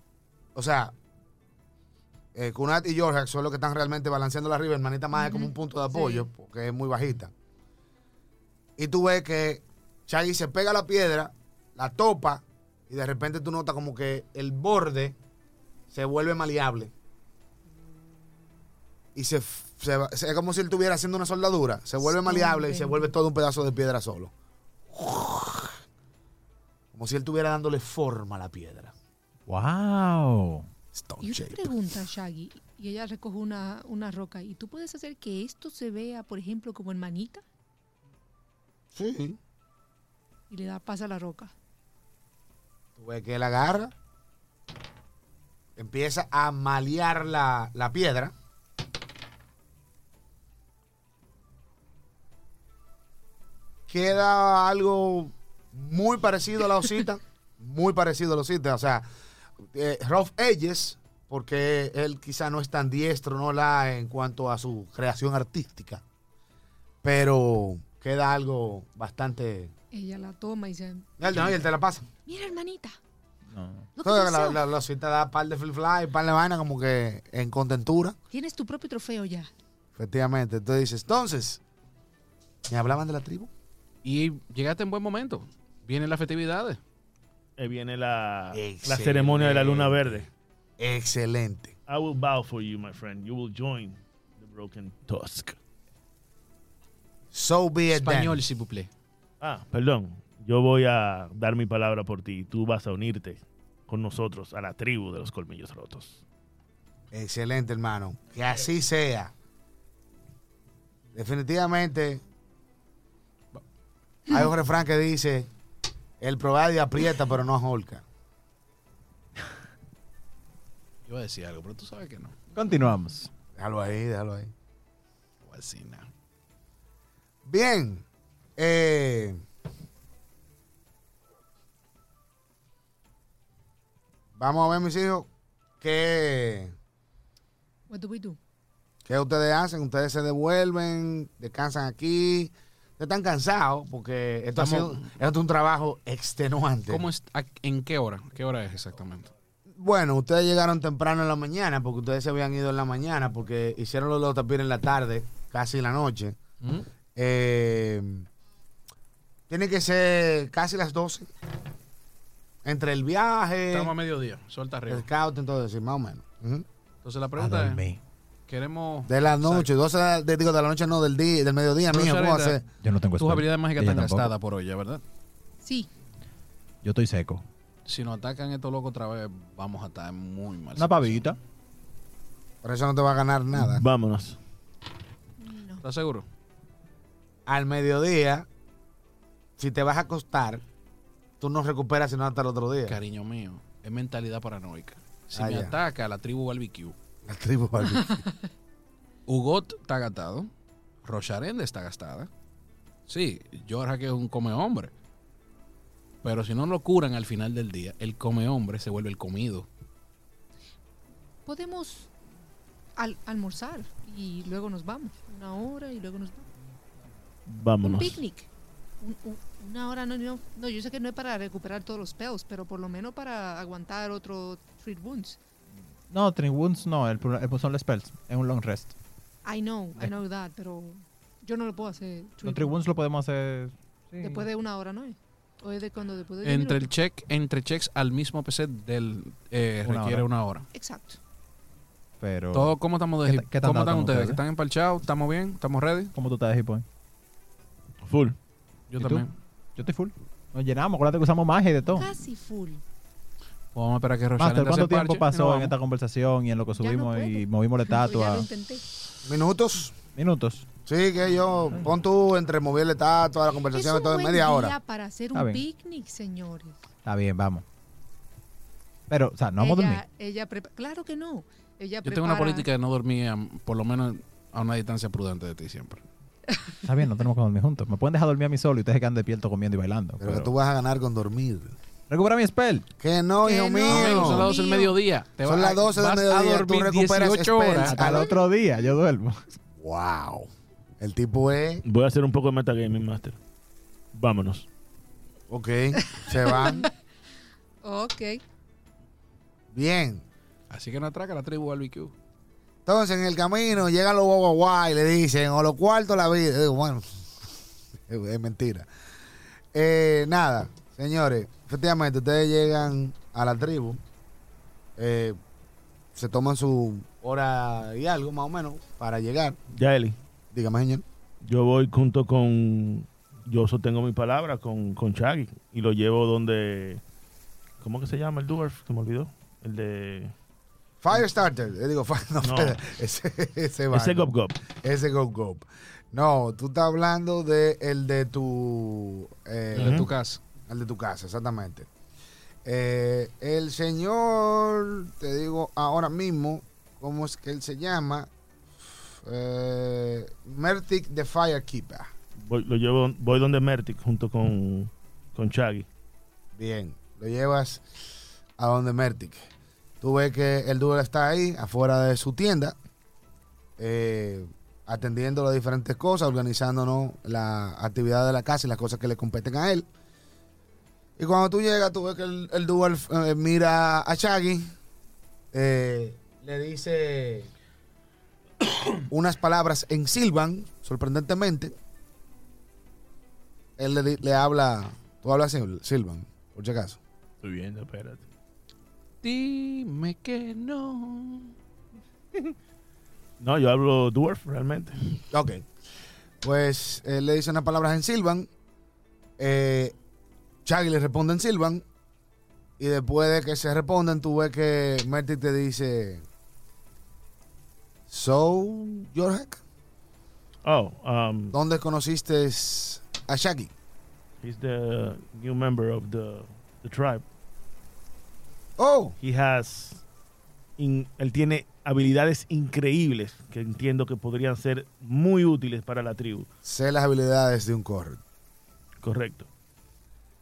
[SPEAKER 5] o sea, eh, Kunat y George son los que están realmente balanceando la arriba. Hermanita más es como un punto de apoyo, porque es muy bajita. Y tú ves que Shaggy se pega a la piedra, la topa, y de repente tú notas como que el borde se vuelve maleable. Y se, f- se va- es como si él estuviera haciendo una soldadura. Se vuelve maleable y se vuelve todo un pedazo de piedra solo. Como si él estuviera dándole forma a la piedra.
[SPEAKER 1] ¡Wow!
[SPEAKER 5] Stone
[SPEAKER 3] Y una
[SPEAKER 5] shape.
[SPEAKER 3] pregunta, Shaggy, y ella recoge una, una roca, ¿y tú puedes hacer que esto se vea, por ejemplo, como hermanita?
[SPEAKER 5] Sí.
[SPEAKER 3] Y le da pasa a la roca.
[SPEAKER 5] Tú ves que él agarra, empieza a malear la, la piedra. Queda algo muy parecido a la osita, muy parecido a la osita. O sea, eh, rough edges, porque él quizá no es tan diestro, no la en cuanto a su creación artística, pero queda algo bastante.
[SPEAKER 3] Ella la toma y dice,
[SPEAKER 5] Él, no, y él te la pasa.
[SPEAKER 3] mira hermanita,
[SPEAKER 1] No.
[SPEAKER 3] lo que
[SPEAKER 5] Todo,
[SPEAKER 3] te
[SPEAKER 5] la,
[SPEAKER 3] deseo.
[SPEAKER 5] la, la cita da par de flip fly, par de vaina como que en contentura.
[SPEAKER 3] tienes tu propio trofeo ya.
[SPEAKER 5] Efectivamente. Entonces dices, entonces, ¿me hablaban de la tribu?
[SPEAKER 2] Y llegaste en buen momento. Vienen las festividades.
[SPEAKER 4] Ahí Eh, viene la, la
[SPEAKER 5] Excelente.
[SPEAKER 4] ceremonia de la luna verde.
[SPEAKER 5] Excelente.
[SPEAKER 4] I will bow for you, my friend. You will join the broken tusk.
[SPEAKER 5] So be it then.
[SPEAKER 2] Español, si buple.
[SPEAKER 4] Ah, perdón. Yo voy a dar mi palabra por ti. Tú vas a unirte con nosotros a la tribu de los colmillos rotos.
[SPEAKER 5] Excelente, hermano. Que así sea. Definitivamente, hay un refrán que dice, el proverbio aprieta pero no ahorca.
[SPEAKER 2] Yo iba a decir algo, pero tú sabes que no.
[SPEAKER 1] Continuamos.
[SPEAKER 5] Déjalo ahí, déjalo ahí.
[SPEAKER 2] No voy a decir nada.
[SPEAKER 5] Bien. eh, vamos a ver, mis hijos, qué,
[SPEAKER 3] What do we do?
[SPEAKER 5] qué ustedes hacen. Ustedes se devuelven, descansan aquí. Ustedes están cansados porque esto
[SPEAKER 2] Estamos-
[SPEAKER 5] ha sido esto es un trabajo extenuante.
[SPEAKER 2] ¿Cómo es, a- ¿En qué hora? ¿Qué hora es exactamente?
[SPEAKER 5] Bueno, ustedes llegaron temprano en la mañana porque ustedes se habían ido en la mañana porque hicieron los dos tapires en la tarde, casi en la noche.
[SPEAKER 2] ¿Mm?
[SPEAKER 5] Eh, tiene que ser casi las 12. Entre el viaje,
[SPEAKER 2] Estamos a mediodía, suelta arriba.
[SPEAKER 5] el scouting, todo eso, más o menos. Ujú.
[SPEAKER 2] Entonces la pregunta es, queremos
[SPEAKER 5] De la noche, 12 de, digo, de la noche no, del día, del mediodía,
[SPEAKER 2] Entonces,
[SPEAKER 5] mijo, ¿cómo va a
[SPEAKER 2] ahorita-
[SPEAKER 5] ser?
[SPEAKER 1] Yo no tengo
[SPEAKER 2] tus
[SPEAKER 1] spell.
[SPEAKER 2] habilidades mágicas
[SPEAKER 1] Pues Ella
[SPEAKER 2] están
[SPEAKER 1] tampoco.
[SPEAKER 2] gastadas por hoy, ya, ¿verdad?
[SPEAKER 3] Sí,
[SPEAKER 1] Yo estoy seco.
[SPEAKER 2] Si nos atacan estos locos otra vez, vamos a estar muy mal.
[SPEAKER 1] Una pavita.
[SPEAKER 5] Por eso no te va a ganar nada.
[SPEAKER 4] Vámonos.
[SPEAKER 3] no.
[SPEAKER 2] ¿Estás seguro?
[SPEAKER 5] Al mediodía, si te vas a acostar, tú no recuperas sino hasta el otro día.
[SPEAKER 2] Cariño mío, es mentalidad paranoica. Si
[SPEAKER 5] Ah,
[SPEAKER 2] me
[SPEAKER 5] ya.
[SPEAKER 2] ataca la tribu barbecue,
[SPEAKER 5] La tribu barbecue.
[SPEAKER 2] Hugot está gastado, Rocharende está gastada. Sí, Jorge que es un come hombre. Pero si no lo curan al final del día, el come hombre se vuelve el comido.
[SPEAKER 3] Podemos al- almorzar y luego nos vamos. Una hora y luego nos vamos. Un
[SPEAKER 4] Vámonos.
[SPEAKER 3] picnic. Un- un- una hora, no, no, no, yo sé que no es para recuperar todos los peos, pero por lo menos para aguantar otro treat wounds.
[SPEAKER 1] No, Three Wounds no, el, pro- el- son los spells. Es un long rest.
[SPEAKER 3] I know, I
[SPEAKER 1] Eh.
[SPEAKER 3] know that, pero yo no lo puedo hacer.
[SPEAKER 1] Los
[SPEAKER 3] treat
[SPEAKER 1] Three
[SPEAKER 3] wounds.
[SPEAKER 1] Wounds lo podemos hacer. sí.
[SPEAKER 3] Después de una hora, ¿no es? O es de cuando después de diez
[SPEAKER 2] Entre el
[SPEAKER 3] minutos.
[SPEAKER 2] check, entre checks al mismo PC del eh,
[SPEAKER 1] Una
[SPEAKER 2] requiere
[SPEAKER 1] hora.
[SPEAKER 2] una hora.
[SPEAKER 3] Exacto.
[SPEAKER 1] Pero.
[SPEAKER 2] Todo, ¿Cómo estamos de
[SPEAKER 1] ¿Qué
[SPEAKER 2] hip-
[SPEAKER 1] ta- qué tan
[SPEAKER 2] ¿Cómo
[SPEAKER 1] dado
[SPEAKER 2] están
[SPEAKER 1] estamos
[SPEAKER 2] ustedes?
[SPEAKER 1] ustedes?
[SPEAKER 2] ¿Están empalchados? ¿Estamos bien? ¿Estamos ready?
[SPEAKER 1] ¿Cómo tú estás, Hipo?
[SPEAKER 4] Full.
[SPEAKER 2] Yo
[SPEAKER 1] ¿Y tú?
[SPEAKER 2] también.
[SPEAKER 1] Yo estoy full. Nos llenamos, acuérdate que usamos magia y de todo.
[SPEAKER 3] Casi full.
[SPEAKER 2] Vamos a esperar a que
[SPEAKER 1] Master,
[SPEAKER 2] Rocharende
[SPEAKER 1] ¿cuánto
[SPEAKER 2] se
[SPEAKER 1] tiempo
[SPEAKER 2] parche y nos
[SPEAKER 1] pasó en
[SPEAKER 2] vamos.
[SPEAKER 1] esta conversación y en lo que
[SPEAKER 3] Ya no
[SPEAKER 1] subimos y
[SPEAKER 3] puedo.
[SPEAKER 1] movimos la
[SPEAKER 3] Yo ya
[SPEAKER 1] estatua?
[SPEAKER 3] lo intenté.
[SPEAKER 5] Minutos.
[SPEAKER 1] Minutos.
[SPEAKER 5] Sí, que yo, pon tú entre moverle está toda la
[SPEAKER 3] Es
[SPEAKER 5] conversación,
[SPEAKER 3] un
[SPEAKER 5] todo en
[SPEAKER 3] buen
[SPEAKER 5] media
[SPEAKER 3] día
[SPEAKER 5] hora.
[SPEAKER 3] para hacer
[SPEAKER 1] Está
[SPEAKER 3] un
[SPEAKER 1] bien.
[SPEAKER 3] picnic, señores.
[SPEAKER 1] Está bien, vamos. Pero, o sea, no vamos a dormir.
[SPEAKER 3] Ella- ella prepa- claro que no. Ella
[SPEAKER 2] Yo tengo una
[SPEAKER 3] prepara-
[SPEAKER 2] política de no dormir, a- por lo menos a una distancia prudente de ti siempre.
[SPEAKER 1] Está bien, no tenemos que dormir juntos. Me pueden dejar dormir a mí solo y ustedes se quedan despiertos comiendo y bailando.
[SPEAKER 5] Pero que
[SPEAKER 1] pero-
[SPEAKER 5] tú vas a ganar con dormir.
[SPEAKER 1] Recupera mi spell.
[SPEAKER 5] Que no,
[SPEAKER 3] Que
[SPEAKER 5] hijo
[SPEAKER 3] no.
[SPEAKER 5] mío.
[SPEAKER 2] Son las 12 del
[SPEAKER 3] Mío.
[SPEAKER 2] mediodía. Te
[SPEAKER 5] Son
[SPEAKER 2] vas-
[SPEAKER 5] las 12 del
[SPEAKER 2] vas a
[SPEAKER 5] mediodía, tú
[SPEAKER 2] dormir
[SPEAKER 5] recuperas
[SPEAKER 2] 18 horas.
[SPEAKER 5] spells.
[SPEAKER 1] Hasta el otro día yo duermo.
[SPEAKER 5] Wow. El tipo es.
[SPEAKER 4] Voy a hacer un poco de metagaming, Master. Vámonos.
[SPEAKER 5] Ok, se van.
[SPEAKER 3] Ok.
[SPEAKER 5] Bien.
[SPEAKER 2] Así que no atraca la tribu barbecue.
[SPEAKER 5] Entonces, en el camino llegan los guaguaguá y le dicen, o los cuartos la vida. Digo, bueno, es es mentira. Eh, nada, señores, efectivamente, ustedes llegan a la tribu, eh, se toman su hora y algo, más o menos, para llegar.
[SPEAKER 4] Ya, Eli.
[SPEAKER 5] Dígame, señor.
[SPEAKER 4] Yo voy junto con. Yo sostengo mi palabra con, con Shaggy y lo llevo donde. ¿Cómo que se llama el Dwarf? Se me olvidó. El de.
[SPEAKER 5] Firestarter. Eh, digo, fi- no,
[SPEAKER 4] No.
[SPEAKER 5] espera, Ese, ese,
[SPEAKER 4] Ese
[SPEAKER 5] vaina.
[SPEAKER 4] Gop Gop.
[SPEAKER 5] Ese Go Go. No, tú estás hablando de el de tu eh,
[SPEAKER 2] En tu casa.
[SPEAKER 5] el de tu casa, exactamente. Eh, el señor, te digo ahora mismo, ¿cómo es que él se llama? Eh, Mertic the Firekeeper.
[SPEAKER 4] Voy, lo llevo, voy donde Mertic junto con, con Shaggy.
[SPEAKER 5] Bien, lo llevas a donde Mertic. Tú ves que el duro está ahí, afuera de su tienda, eh, atendiendo las diferentes cosas, organizándonos la actividad de la casa y las cosas que le competen a él. Y cuando tú llegas, tú ves que el, el Dual eh, mira a Shaggy, eh, le dice unas palabras en Silvan, sorprendentemente. Él le, di- le habla, tú hablas Sil- Silvan, por si acaso.
[SPEAKER 4] Estoy viendo, espérate.
[SPEAKER 2] Dime que no.
[SPEAKER 4] No, yo hablo Dwarf realmente.
[SPEAKER 5] Ok. Pues él le dice unas palabras en Silvan. Eh, Shaggy le responde en Silvan. Y después de que se responden, tú ves que Mertic te dice. So, Jorge,
[SPEAKER 4] Oh, um,
[SPEAKER 5] ¿dónde conociste a Shaggy?
[SPEAKER 4] he's the new member of the, the tribe.
[SPEAKER 5] Oh,
[SPEAKER 4] He has. in- él tiene habilidades increíbles que entiendo que podrían ser muy útiles para la tribu.
[SPEAKER 5] sé las habilidades de un corre.
[SPEAKER 4] Correcto.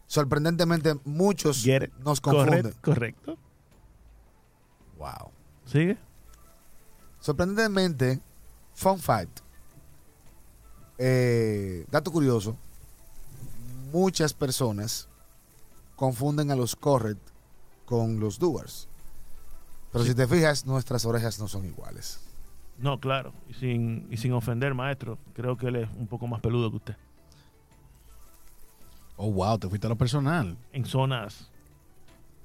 [SPEAKER 5] Sorprendentemente, muchos
[SPEAKER 4] Get it.
[SPEAKER 5] nos confunden.
[SPEAKER 4] Correcto. Correcto.
[SPEAKER 5] Wow.
[SPEAKER 4] ¿Sigue?
[SPEAKER 5] Sorprendentemente, fun fact, eh, dato curioso, muchas personas confunden a los correct con los doers. Pero si te fijas, nuestras orejas no son iguales.
[SPEAKER 4] No, claro. Y sin, y sin ofender, maestro. Creo que él es un poco más peludo que usted.
[SPEAKER 2] Oh, wow, te fuiste a lo personal.
[SPEAKER 4] En zonas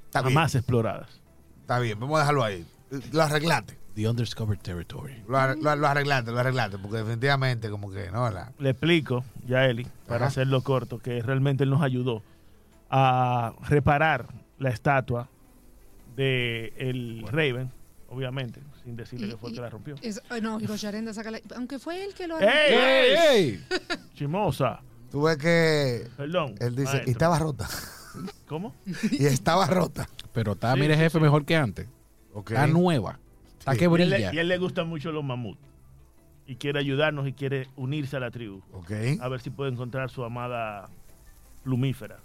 [SPEAKER 5] Está bien,
[SPEAKER 4] más exploradas.
[SPEAKER 5] está bien, vamos a dejarlo ahí. Lo arreglaste,
[SPEAKER 2] The Undiscovered Territory.
[SPEAKER 5] lo, ar- lo ar- lo arreglaste, lo arreglaste, porque definitivamente como que, ¿no? La,
[SPEAKER 4] Le explico, ya Eli, para
[SPEAKER 5] Ajá.
[SPEAKER 4] hacerlo corto, que realmente él nos ayudó a reparar la estatua de el Raven, obviamente, sin decirle
[SPEAKER 3] Y-
[SPEAKER 4] que fue el que la rompió.
[SPEAKER 3] Es- ay, no, y Rocharenda saca la. Aunque fue él que lo
[SPEAKER 4] ¡Ey,
[SPEAKER 3] arregló.
[SPEAKER 4] ey!
[SPEAKER 2] ¡Ey!
[SPEAKER 4] Chimosa,
[SPEAKER 5] tú ves que
[SPEAKER 4] perdón.
[SPEAKER 5] él dice,
[SPEAKER 4] maestro.
[SPEAKER 5] y estaba rota,
[SPEAKER 4] ¿Cómo?
[SPEAKER 5] y estaba rota.
[SPEAKER 2] Pero está,
[SPEAKER 4] Sí,
[SPEAKER 2] mire,
[SPEAKER 4] sí,
[SPEAKER 2] jefe, mejor que antes.
[SPEAKER 5] Okay.
[SPEAKER 2] Está nueva. Está
[SPEAKER 5] Sí.
[SPEAKER 2] que
[SPEAKER 4] Y él, le-
[SPEAKER 2] brilla.
[SPEAKER 4] y él le gustan mucho los mamuts. Y quiere ayudarnos y quiere unirse a la tribu.
[SPEAKER 5] Ok.
[SPEAKER 4] A ver si puede encontrar su amada plumífera.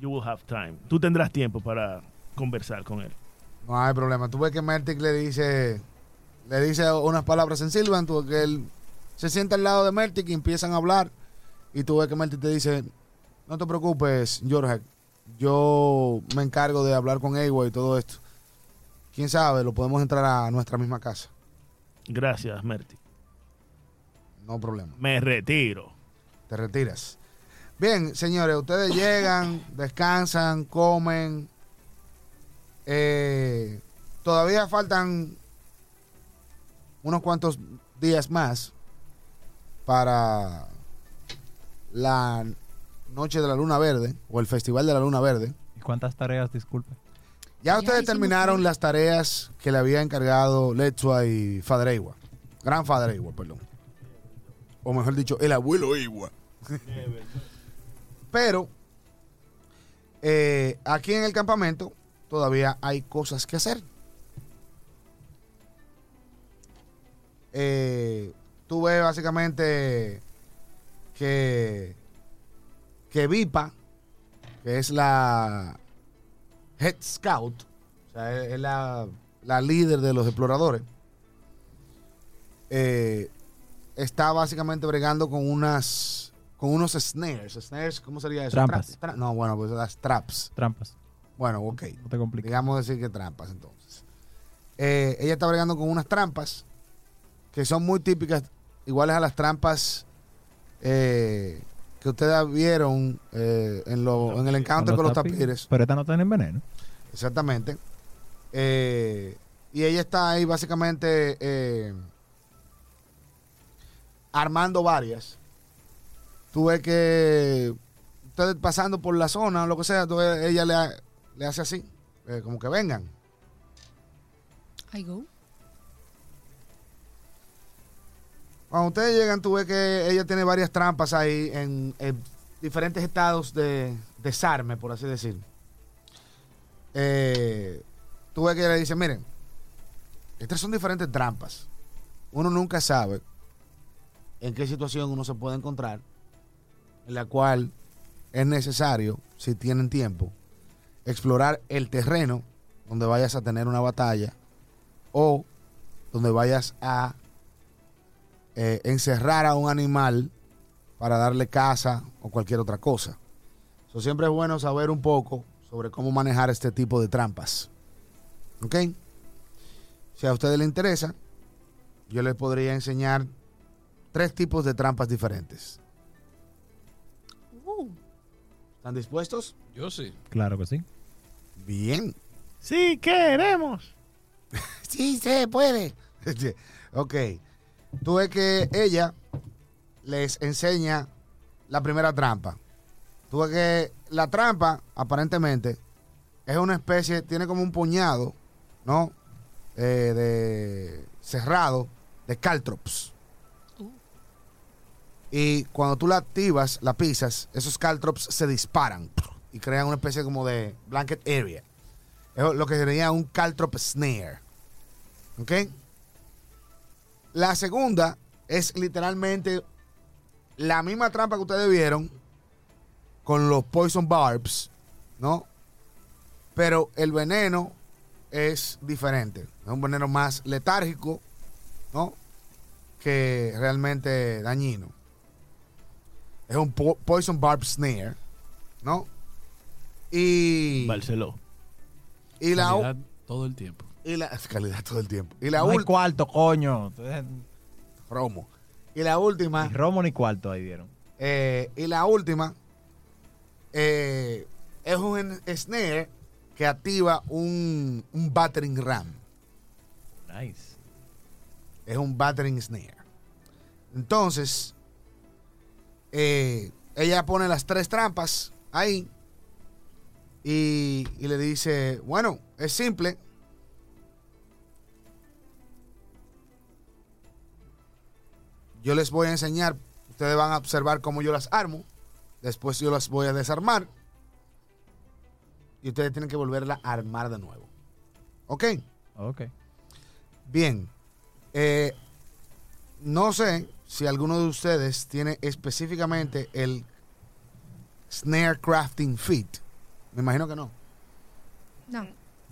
[SPEAKER 4] You will have time. Tú tendrás tiempo para conversar con él.
[SPEAKER 5] No hay problema. Tú ves que Mertic le dice, le dice unas palabras en Silvan, tú ves que él se sienta al lado de Mertic y empiezan a hablar. Y tú ves que Mertic te dice, no te preocupes, Jorge, yo me encargo de hablar con Ewa y todo esto. Quién sabe, lo podemos entrar a nuestra misma casa.
[SPEAKER 4] Gracias, Merti.
[SPEAKER 5] No problema.
[SPEAKER 4] Me retiro.
[SPEAKER 5] Te retiras. Bien, señores, ustedes llegan, descansan, comen. Eh, todavía faltan unos cuantos días más para la noche de la luna verde o el festival de la luna verde.
[SPEAKER 7] ¿Y cuántas tareas, disculpe?
[SPEAKER 5] Ya
[SPEAKER 3] Ya
[SPEAKER 5] ustedes
[SPEAKER 3] hicimos
[SPEAKER 5] terminaron
[SPEAKER 3] todo.
[SPEAKER 5] las tareas que le había encargado Lechua y Fadreiwa. Gran Fadreiwa, perdón. O mejor dicho, el abuelo Igua. Pero eh, aquí en el campamento todavía hay cosas que hacer. Eh, tú ves básicamente que, que Vipa, que es la head scout, o sea, es, es la, la líder de los exploradores, eh, está básicamente bregando con unas con unos snares. ¿Snares? ¿Cómo sería eso?
[SPEAKER 7] Trampas.
[SPEAKER 5] Tra- tra- no, bueno, pues las traps.
[SPEAKER 7] Trampas.
[SPEAKER 5] Bueno, ok.
[SPEAKER 7] No te compliques.
[SPEAKER 5] Digamos decir que trampas entonces. Eh, ella está bregando con unas trampas que son muy típicas, iguales a las trampas eh, que ustedes vieron eh, en, lo- en el encounter con los tapires.
[SPEAKER 7] Pero estas no tienen veneno.
[SPEAKER 5] Exactamente. Eh, y ella está ahí básicamente eh, armando varias. Tú ves que ustedes pasando por la zona o lo que sea, tú ves, ella le, ha- le hace así, eh, como que vengan.
[SPEAKER 3] I go.
[SPEAKER 5] Cuando ustedes llegan, tú ves que ella tiene varias trampas ahí en, en diferentes estados de desarme, por así decir. Eh, tú ves que ella le dice, miren, estas son diferentes trampas. Uno nunca sabe en qué situación uno se puede encontrar, en la cual es necesario, si tienen tiempo, explorar el terreno donde vayas a tener una batalla o donde vayas a eh, encerrar a un animal para darle caza o cualquier otra cosa. So, siempre es bueno saber un poco sobre cómo manejar este tipo de trampas. ¿Ok? Si a ustedes les interesa, yo les podría enseñar tres tipos de trampas diferentes.
[SPEAKER 3] Uh,
[SPEAKER 5] ¿Están dispuestos?
[SPEAKER 2] Yo sí.
[SPEAKER 7] Claro que sí.
[SPEAKER 5] Bien.
[SPEAKER 4] Sí, queremos.
[SPEAKER 5] Sí, se puede. ok. Tú ves que ella les enseña la primera trampa. Tú ves que la trampa, aparentemente, es una especie, tiene como un puñado, ¿no? Eh, de cerrado de caltrops.
[SPEAKER 3] Uh.
[SPEAKER 5] Y cuando tú la activas, la pisas, esos caltrops se disparan y crean una especie como de blanket area. Es lo que sería un caltrop snare. ¿Ok? La segunda es literalmente la misma trampa que ustedes vieron con los poison barbs, ¿no? Pero el veneno es diferente. Es un veneno más letárgico, ¿no? Que realmente dañino. Es un po- poison barb snare, ¿no? Y,
[SPEAKER 4] Barceló.
[SPEAKER 5] y la...
[SPEAKER 2] Calidad todo el tiempo.
[SPEAKER 5] Y la calidad todo el tiempo. Y la
[SPEAKER 1] no hay
[SPEAKER 5] última,
[SPEAKER 1] cuarto, coño. Entonces,
[SPEAKER 5] Romo. Y la
[SPEAKER 1] Ni
[SPEAKER 5] última,
[SPEAKER 1] romo ni cuarto ahí dieron.
[SPEAKER 5] eh, y la última eh, es un snare que activa un, un battering ram.
[SPEAKER 7] Nice.
[SPEAKER 5] Es un battering snare. Entonces, eh, ella pone las tres trampas ahí y, y le dice, bueno, es simple. Yo les voy a enseñar, ustedes van a observar cómo yo las armo, después yo las voy a desarmar y ustedes tienen que volverla a armar de nuevo. ¿Ok?
[SPEAKER 7] Ok.
[SPEAKER 5] Bien. Eh, no sé si alguno de ustedes tiene específicamente el Snare Crafting Feat. Me imagino que no.
[SPEAKER 3] no.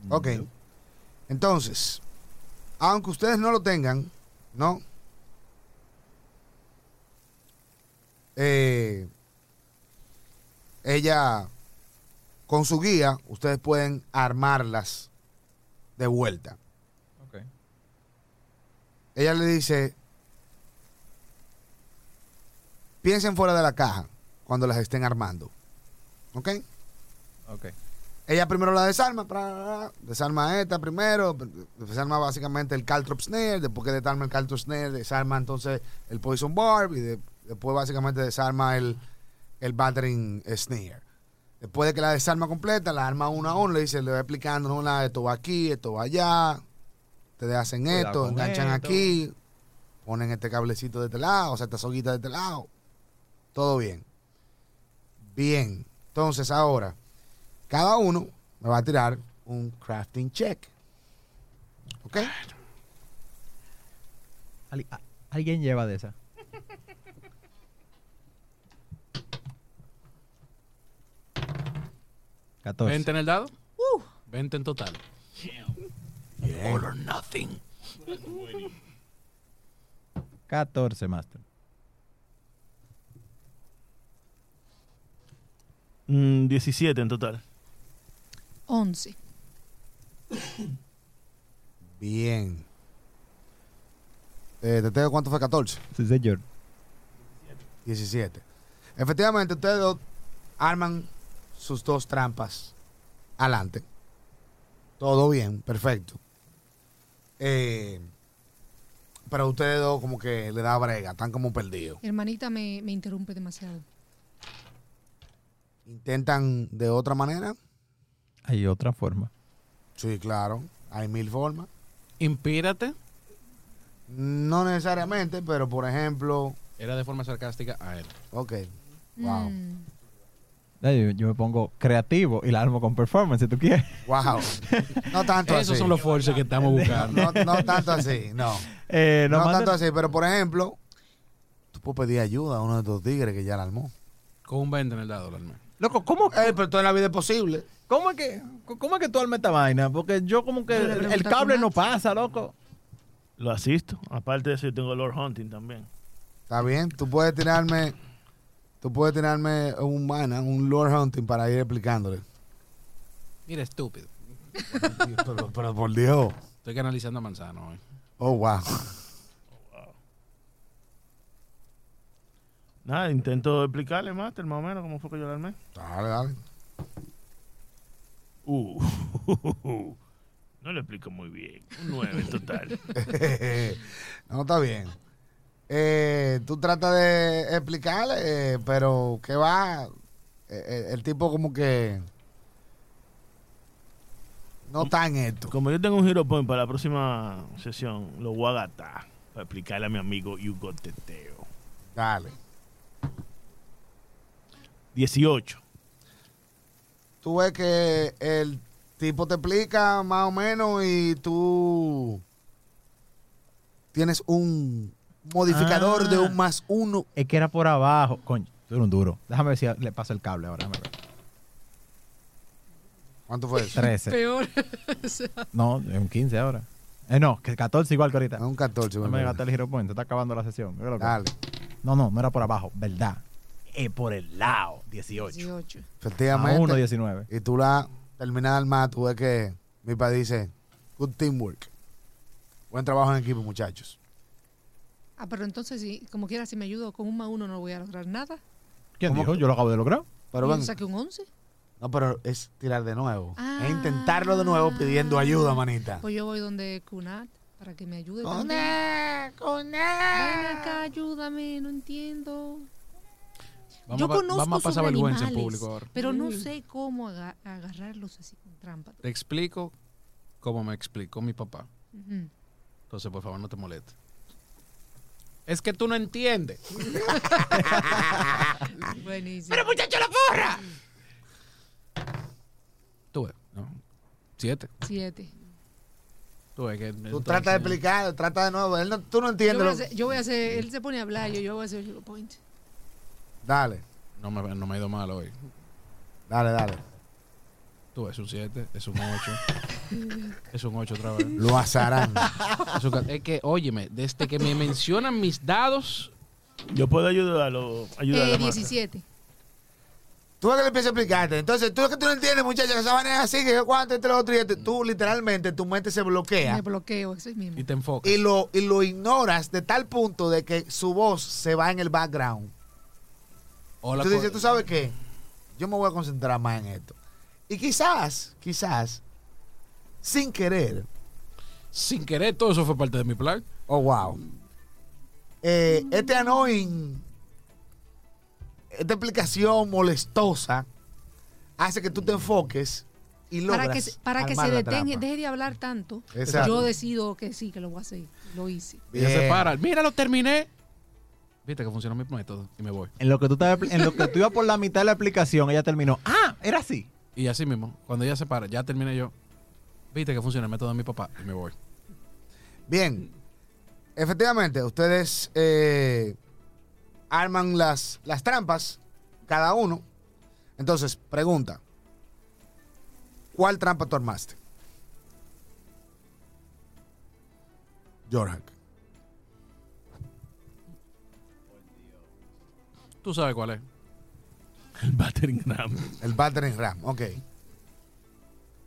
[SPEAKER 5] Ok. Entonces, aunque ustedes no lo tengan, ¿no? Eh, ella, con su guía, ustedes pueden armarlas de vuelta.
[SPEAKER 7] Ok.
[SPEAKER 5] ella le dice, piensen fuera de la caja cuando las estén armando. ¿Ok?
[SPEAKER 7] Ok.
[SPEAKER 5] Ella primero la desarma, pra, pra, pra, desarma esta primero, desarma básicamente el Caltrop Snare, después que desarma el Caltrop Snare, desarma entonces el Poison Barb y de- después básicamente desarma el, el Battering Snare. Después de que la desarma completa, la arma una a uno, le dice, le va explicando, no, la, esto va aquí, esto va allá, ustedes hacen
[SPEAKER 7] Cuidado
[SPEAKER 5] esto,
[SPEAKER 7] con
[SPEAKER 5] enganchan
[SPEAKER 7] esto.
[SPEAKER 5] aquí, ponen este cablecito de este lado, o sea, esta soguita de este lado, todo bien. Bien, entonces ahora, cada uno me va a tirar un crafting check. ¿Ok?
[SPEAKER 7] Ali- a- ¿Alguien lleva de esa? Catorce.
[SPEAKER 2] 20 en el dado.
[SPEAKER 5] Uh.
[SPEAKER 2] 20 en total. All or nothing.
[SPEAKER 1] 14 Master.
[SPEAKER 4] Mm, 17 en total.
[SPEAKER 3] 11.
[SPEAKER 5] Bien. Eh, ¿Te tengo cuánto fue? 14.
[SPEAKER 7] Sí, señor.
[SPEAKER 5] 17. Efectivamente, ustedes dos arman sus dos trampas adelante. Todo bien, perfecto. Eh, pero ustedes dos como que le da brega, están como perdidos.
[SPEAKER 3] Hermanita me, me interrumpe demasiado.
[SPEAKER 5] Intentan de otra manera.
[SPEAKER 7] Hay otra forma.
[SPEAKER 5] Sí, claro. Hay mil formas.
[SPEAKER 2] Impírate.
[SPEAKER 5] No necesariamente, pero por ejemplo...
[SPEAKER 2] Era de forma sarcástica a él.
[SPEAKER 5] Ok. Wow.
[SPEAKER 3] Mm.
[SPEAKER 7] Ay, Yo, yo me pongo creativo y la armo con performance, si tú quieres.
[SPEAKER 5] Wow. No tanto así.
[SPEAKER 2] Esos son los forces que estamos buscando.
[SPEAKER 5] No, no tanto así, no.
[SPEAKER 7] Eh,
[SPEAKER 5] No,
[SPEAKER 7] nos mandan-
[SPEAKER 5] tanto así, pero por ejemplo, tú puedes pedir ayuda a uno de estos tigres que ya la armó.
[SPEAKER 2] Con un 20 en el dado, Lorme.
[SPEAKER 1] Loco, ¿cómo,
[SPEAKER 5] Eh, pero toda la vida es posible.
[SPEAKER 1] cómo, es que, ¿cómo es que tú armas esta vaina? Porque yo como que
[SPEAKER 3] Yo le
[SPEAKER 1] el,
[SPEAKER 3] pregunto a
[SPEAKER 1] cable
[SPEAKER 3] Max.
[SPEAKER 1] no pasa, loco.
[SPEAKER 4] Lo asisto. Aparte de eso, yo tengo Lord Hunting también.
[SPEAKER 5] Está bien, tú puedes tirarme, tú puedes tirarme un mana, un Lord Hunting para ir explicándole.
[SPEAKER 2] Mira, estúpido.
[SPEAKER 5] pero, pero por Dios.
[SPEAKER 2] Estoy canalizando a Manzano hoy.
[SPEAKER 5] Oh, wow.
[SPEAKER 4] Nada, intento explicarle, Master, más o menos cómo fue que yo la armé.
[SPEAKER 5] Dale, dale.
[SPEAKER 4] Uh, no lo explico muy bien. Un 9 en total.
[SPEAKER 5] no, está bien. Eh, tú tratas de explicarle, eh, pero ¿qué va? Eh, eh, el tipo como que... No está en esto.
[SPEAKER 4] Como yo tengo un Hero Point para la próxima sesión, lo voy a gastar para explicarle a mi amigo Hugo Teteo.
[SPEAKER 5] Dale.
[SPEAKER 4] 18.
[SPEAKER 5] tú ves que el tipo te explica más o menos y tú tienes un modificador
[SPEAKER 1] Ah.
[SPEAKER 5] de un más uno.
[SPEAKER 1] Es que era por abajo. Coño, tú eres un duro. Déjame ver si le paso el cable ahora. déjame ver.
[SPEAKER 5] ¿Cuánto fue eso?
[SPEAKER 1] 13.
[SPEAKER 3] Peor.
[SPEAKER 1] No, es un 15 ahora. Eh, no, que 14 igual que ahorita.
[SPEAKER 5] Es un 14.
[SPEAKER 1] No
[SPEAKER 5] mi
[SPEAKER 1] me
[SPEAKER 5] hermano.
[SPEAKER 1] gasté el Hero Point, se está acabando la sesión. Mira lo que-
[SPEAKER 5] Dale.
[SPEAKER 1] No, no, no era por abajo, ¿verdad? Es por el lado, 18.
[SPEAKER 3] 18.
[SPEAKER 1] A este.
[SPEAKER 5] Efectivamente.
[SPEAKER 1] 1, 19.
[SPEAKER 5] y tú la terminas de armar, tú ves que mi padre dice, good teamwork. Buen trabajo en equipo, muchachos.
[SPEAKER 3] Ah, pero entonces, si, como quiera, si me ayudo con un más uno no voy a lograr nada.
[SPEAKER 1] ¿Quién dijo? Yo lo acabo de lograr.
[SPEAKER 5] Pero
[SPEAKER 3] Y yo
[SPEAKER 5] ven,
[SPEAKER 3] saqué un 11.
[SPEAKER 5] no, pero es tirar de nuevo.
[SPEAKER 3] Ah.
[SPEAKER 5] Es intentarlo de nuevo pidiendo ayuda, manita.
[SPEAKER 3] Pues yo voy donde Kunat para que me ayude.
[SPEAKER 5] Con
[SPEAKER 3] también.
[SPEAKER 5] él, con
[SPEAKER 3] Ven
[SPEAKER 5] él.
[SPEAKER 3] acá, ayúdame, no entiendo.
[SPEAKER 2] Vamos,
[SPEAKER 3] yo
[SPEAKER 2] a, pa-
[SPEAKER 3] conozco
[SPEAKER 2] vamos a pasar
[SPEAKER 3] sobre
[SPEAKER 2] vergüenza en
[SPEAKER 3] animales,
[SPEAKER 2] público ahora.
[SPEAKER 3] Pero no sé cómo aga- agarrarlos así con trampa.
[SPEAKER 2] Te explico como me explicó mi papá.
[SPEAKER 3] Ujú.
[SPEAKER 2] Entonces, por favor, no te molestes. Es que tú no entiendes.
[SPEAKER 3] Buenísimo.
[SPEAKER 2] Tú ves, ¿no? Siete.
[SPEAKER 3] Siete.
[SPEAKER 2] Tú ves que...
[SPEAKER 5] Tú
[SPEAKER 2] entonces-
[SPEAKER 5] tratas de explicar, trata de nuevo. Él no- tú no
[SPEAKER 3] Yo
[SPEAKER 5] entiendes.
[SPEAKER 3] voy, a
[SPEAKER 5] lo-
[SPEAKER 3] hacer, yo voy a hacer- él se pone a hablar, yo, yo voy a hacer Hero Point.
[SPEAKER 5] Dale,
[SPEAKER 2] No me, no me ha ido mal hoy.
[SPEAKER 5] dale, dale.
[SPEAKER 2] Tú ves, es un siete, es un ocho. es un ocho otra vez.
[SPEAKER 5] Lo azarán.
[SPEAKER 2] Es, un ca- es que, óyeme, desde que me mencionan mis dados...
[SPEAKER 4] Yo puedo ayudarlo. ayudarlo
[SPEAKER 3] Eh,
[SPEAKER 4] a Marta.
[SPEAKER 3] 17.
[SPEAKER 5] tú ves que le empiezas a explicarte. Entonces, tú es que tú no entiendes, muchachos, que esa manera es así, que yo cuánto, entre lo otro. Y este. tú literalmente, tu mente se
[SPEAKER 3] Me
[SPEAKER 5] bloquea.
[SPEAKER 3] bloqueo, eso es mismo.
[SPEAKER 2] Y te enfocas.
[SPEAKER 5] Y lo, y lo ignoras de tal punto de que su voz se va en el background.
[SPEAKER 2] O la
[SPEAKER 5] Tú
[SPEAKER 2] co-
[SPEAKER 5] dices, ¿tú sabes qué? Yo me voy a concentrar más en esto. Y quizás, quizás, sin querer,
[SPEAKER 2] Sin querer, todo eso fue parte de mi plan.
[SPEAKER 5] Oh, wow. Eh, este annoying, esta explicación molestosa, hace que tú te enfoques y logras
[SPEAKER 3] para que, se- para que se
[SPEAKER 5] armar la
[SPEAKER 3] detenga,
[SPEAKER 5] trampa.
[SPEAKER 3] deje de hablar tanto,
[SPEAKER 5] Exacto.
[SPEAKER 3] yo decido que sí, que lo voy a hacer. Lo hice.
[SPEAKER 2] Y se
[SPEAKER 5] Bien.
[SPEAKER 2] para. Mira, lo terminé. Viste que funcionó mi método. Y me voy.
[SPEAKER 1] En lo que tú, estabas- en lo que tú ibas por la mitad de la aplicación, ella terminó. Ah, era así.
[SPEAKER 2] Y así mismo, cuando ella se para, ya terminé yo. Viste que funciona el método de mi papá. Y me voy.
[SPEAKER 5] Bien. Efectivamente, ustedes eh, arman las, las trampas, cada uno. Entonces, pregunta. ¿Cuál trampa tú armaste? Jorge.
[SPEAKER 2] Tú sabes cuál es.
[SPEAKER 4] El battering ram.
[SPEAKER 5] El battering ram, ok.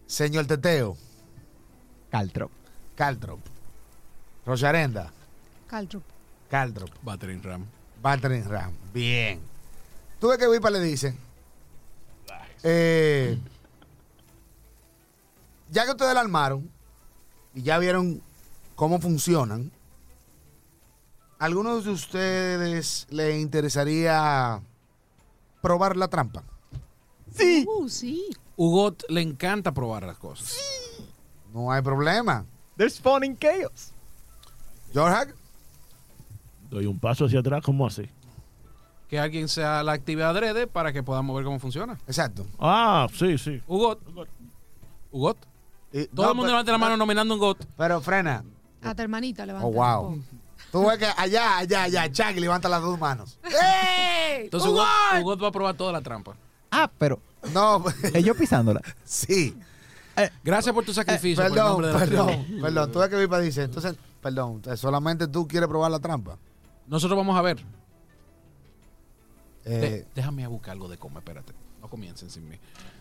[SPEAKER 5] Señor Teteo,
[SPEAKER 7] Caltrop.
[SPEAKER 5] Caltrop. Rocharenda,
[SPEAKER 3] Caltrup.
[SPEAKER 5] Caltrop.
[SPEAKER 2] Battering Ram.
[SPEAKER 5] Battering ram, bien. ¿Tú ves que Vipa le dice? Eh, ya que ustedes la armaron y ya vieron cómo funcionan, ¿algunos de ustedes le interesaría probar la trampa?
[SPEAKER 3] Sí. Uh, sí.
[SPEAKER 2] Hugot le encanta probar las cosas.
[SPEAKER 5] No hay problema.
[SPEAKER 7] There's fun in chaos.
[SPEAKER 5] George,
[SPEAKER 4] Doy un paso hacia atrás, ¿cómo así?
[SPEAKER 2] Que alguien sea la actividad adrede para que podamos ver cómo funciona.
[SPEAKER 5] exacto.
[SPEAKER 4] Ah, sí, sí.
[SPEAKER 2] Hugot. Hugot.
[SPEAKER 5] Y-
[SPEAKER 2] Todo
[SPEAKER 5] no,
[SPEAKER 2] el mundo
[SPEAKER 5] pero-
[SPEAKER 2] levanta la mano nominando a Hugot.
[SPEAKER 5] Pero frena.
[SPEAKER 3] A tu hermanita levanta.
[SPEAKER 5] Oh, wow. Tú ves que allá, allá, allá, Chucky levanta las dos manos. ¡Ey!
[SPEAKER 2] Entonces Hugot, Hugot va a probar toda la trampa.
[SPEAKER 7] Ah, pero
[SPEAKER 5] No,
[SPEAKER 7] ellos pisándola.
[SPEAKER 5] sí.
[SPEAKER 2] Gracias por tu sacrificio. por el
[SPEAKER 5] Eh, Perdón,
[SPEAKER 2] nombre de la
[SPEAKER 5] perdón,
[SPEAKER 2] tribu.
[SPEAKER 5] perdón. Tú ves que Vipa dice, entonces, perdón, solamente tú quieres probar la trampa.
[SPEAKER 2] Nosotros vamos a ver. De-
[SPEAKER 5] Eh,
[SPEAKER 2] déjame a buscar algo de comer, espérate. No comiencen sin mí.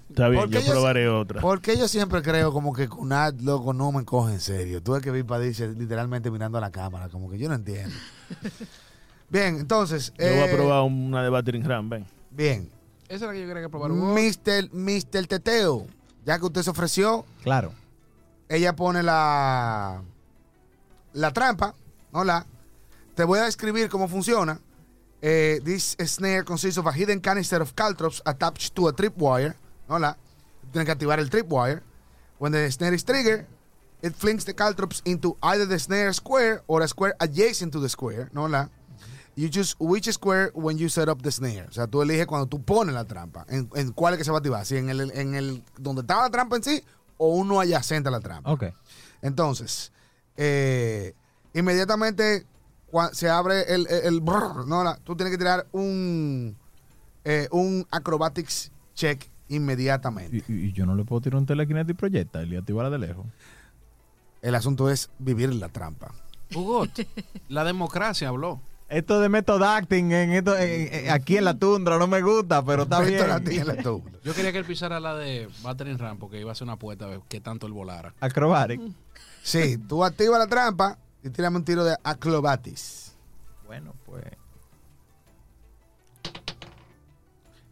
[SPEAKER 4] Está bien,
[SPEAKER 5] Porque
[SPEAKER 4] yo
[SPEAKER 5] yo
[SPEAKER 4] probaré otra.
[SPEAKER 5] porque yo siempre creo como que Kunat, loco, no me coge en serio. Tú ves que Vipa dice literalmente mirando a la cámara, como que yo no entiendo. Bien, entonces.
[SPEAKER 4] Yo voy
[SPEAKER 5] eh,
[SPEAKER 4] a probar una de battering ram, ven.
[SPEAKER 5] Bien.
[SPEAKER 2] Esa es la que yo quería que probara
[SPEAKER 5] Mm.
[SPEAKER 2] Hugot.
[SPEAKER 5] Mister, Mister Teteo, ya que usted se ofreció,
[SPEAKER 7] Claro.
[SPEAKER 5] ella pone la la trampa. Hola. Te voy a describir cómo funciona. Eh, this snare consists of a hidden canister of caltrops attached to a tripwire. Hola. Tienes que activar el tripwire. When the snare is triggered, it flings the caltrops into either the snare square or a square adjacent to the square. Hola. You choose which square when you set up the snare. O sea, tú eliges cuando tú pones la trampa. En, en cuál es que se va a activar. Si en el, en el donde está la trampa en sí o uno adyacente a la trampa.
[SPEAKER 7] Ok.
[SPEAKER 5] Entonces, eh, inmediatamente cua- se abre el, el, el brrr, no, la- tú tienes que tirar un, eh, un acrobatics check
[SPEAKER 7] Y,
[SPEAKER 5] inmediatamente.
[SPEAKER 7] y- y yo no le puedo tirar un telekinetic proyecta y le activarla de lejos.
[SPEAKER 5] El asunto es vivir la trampa.
[SPEAKER 2] Hugot, la democracia habló.
[SPEAKER 7] Esto de method acting en esto, en- en- aquí en la tundra no me gusta, pero está
[SPEAKER 5] Esto
[SPEAKER 7] bien.
[SPEAKER 5] la tienes tú.
[SPEAKER 2] Yo quería que él pisara la de Battering Ram porque iba a hacer una puerta a ver qué tanto él volara.
[SPEAKER 7] Acrobatic.
[SPEAKER 1] Mm.
[SPEAKER 5] Sí, tú activas la trampa y tírame un tiro de acrobatics.
[SPEAKER 7] Bueno, pues.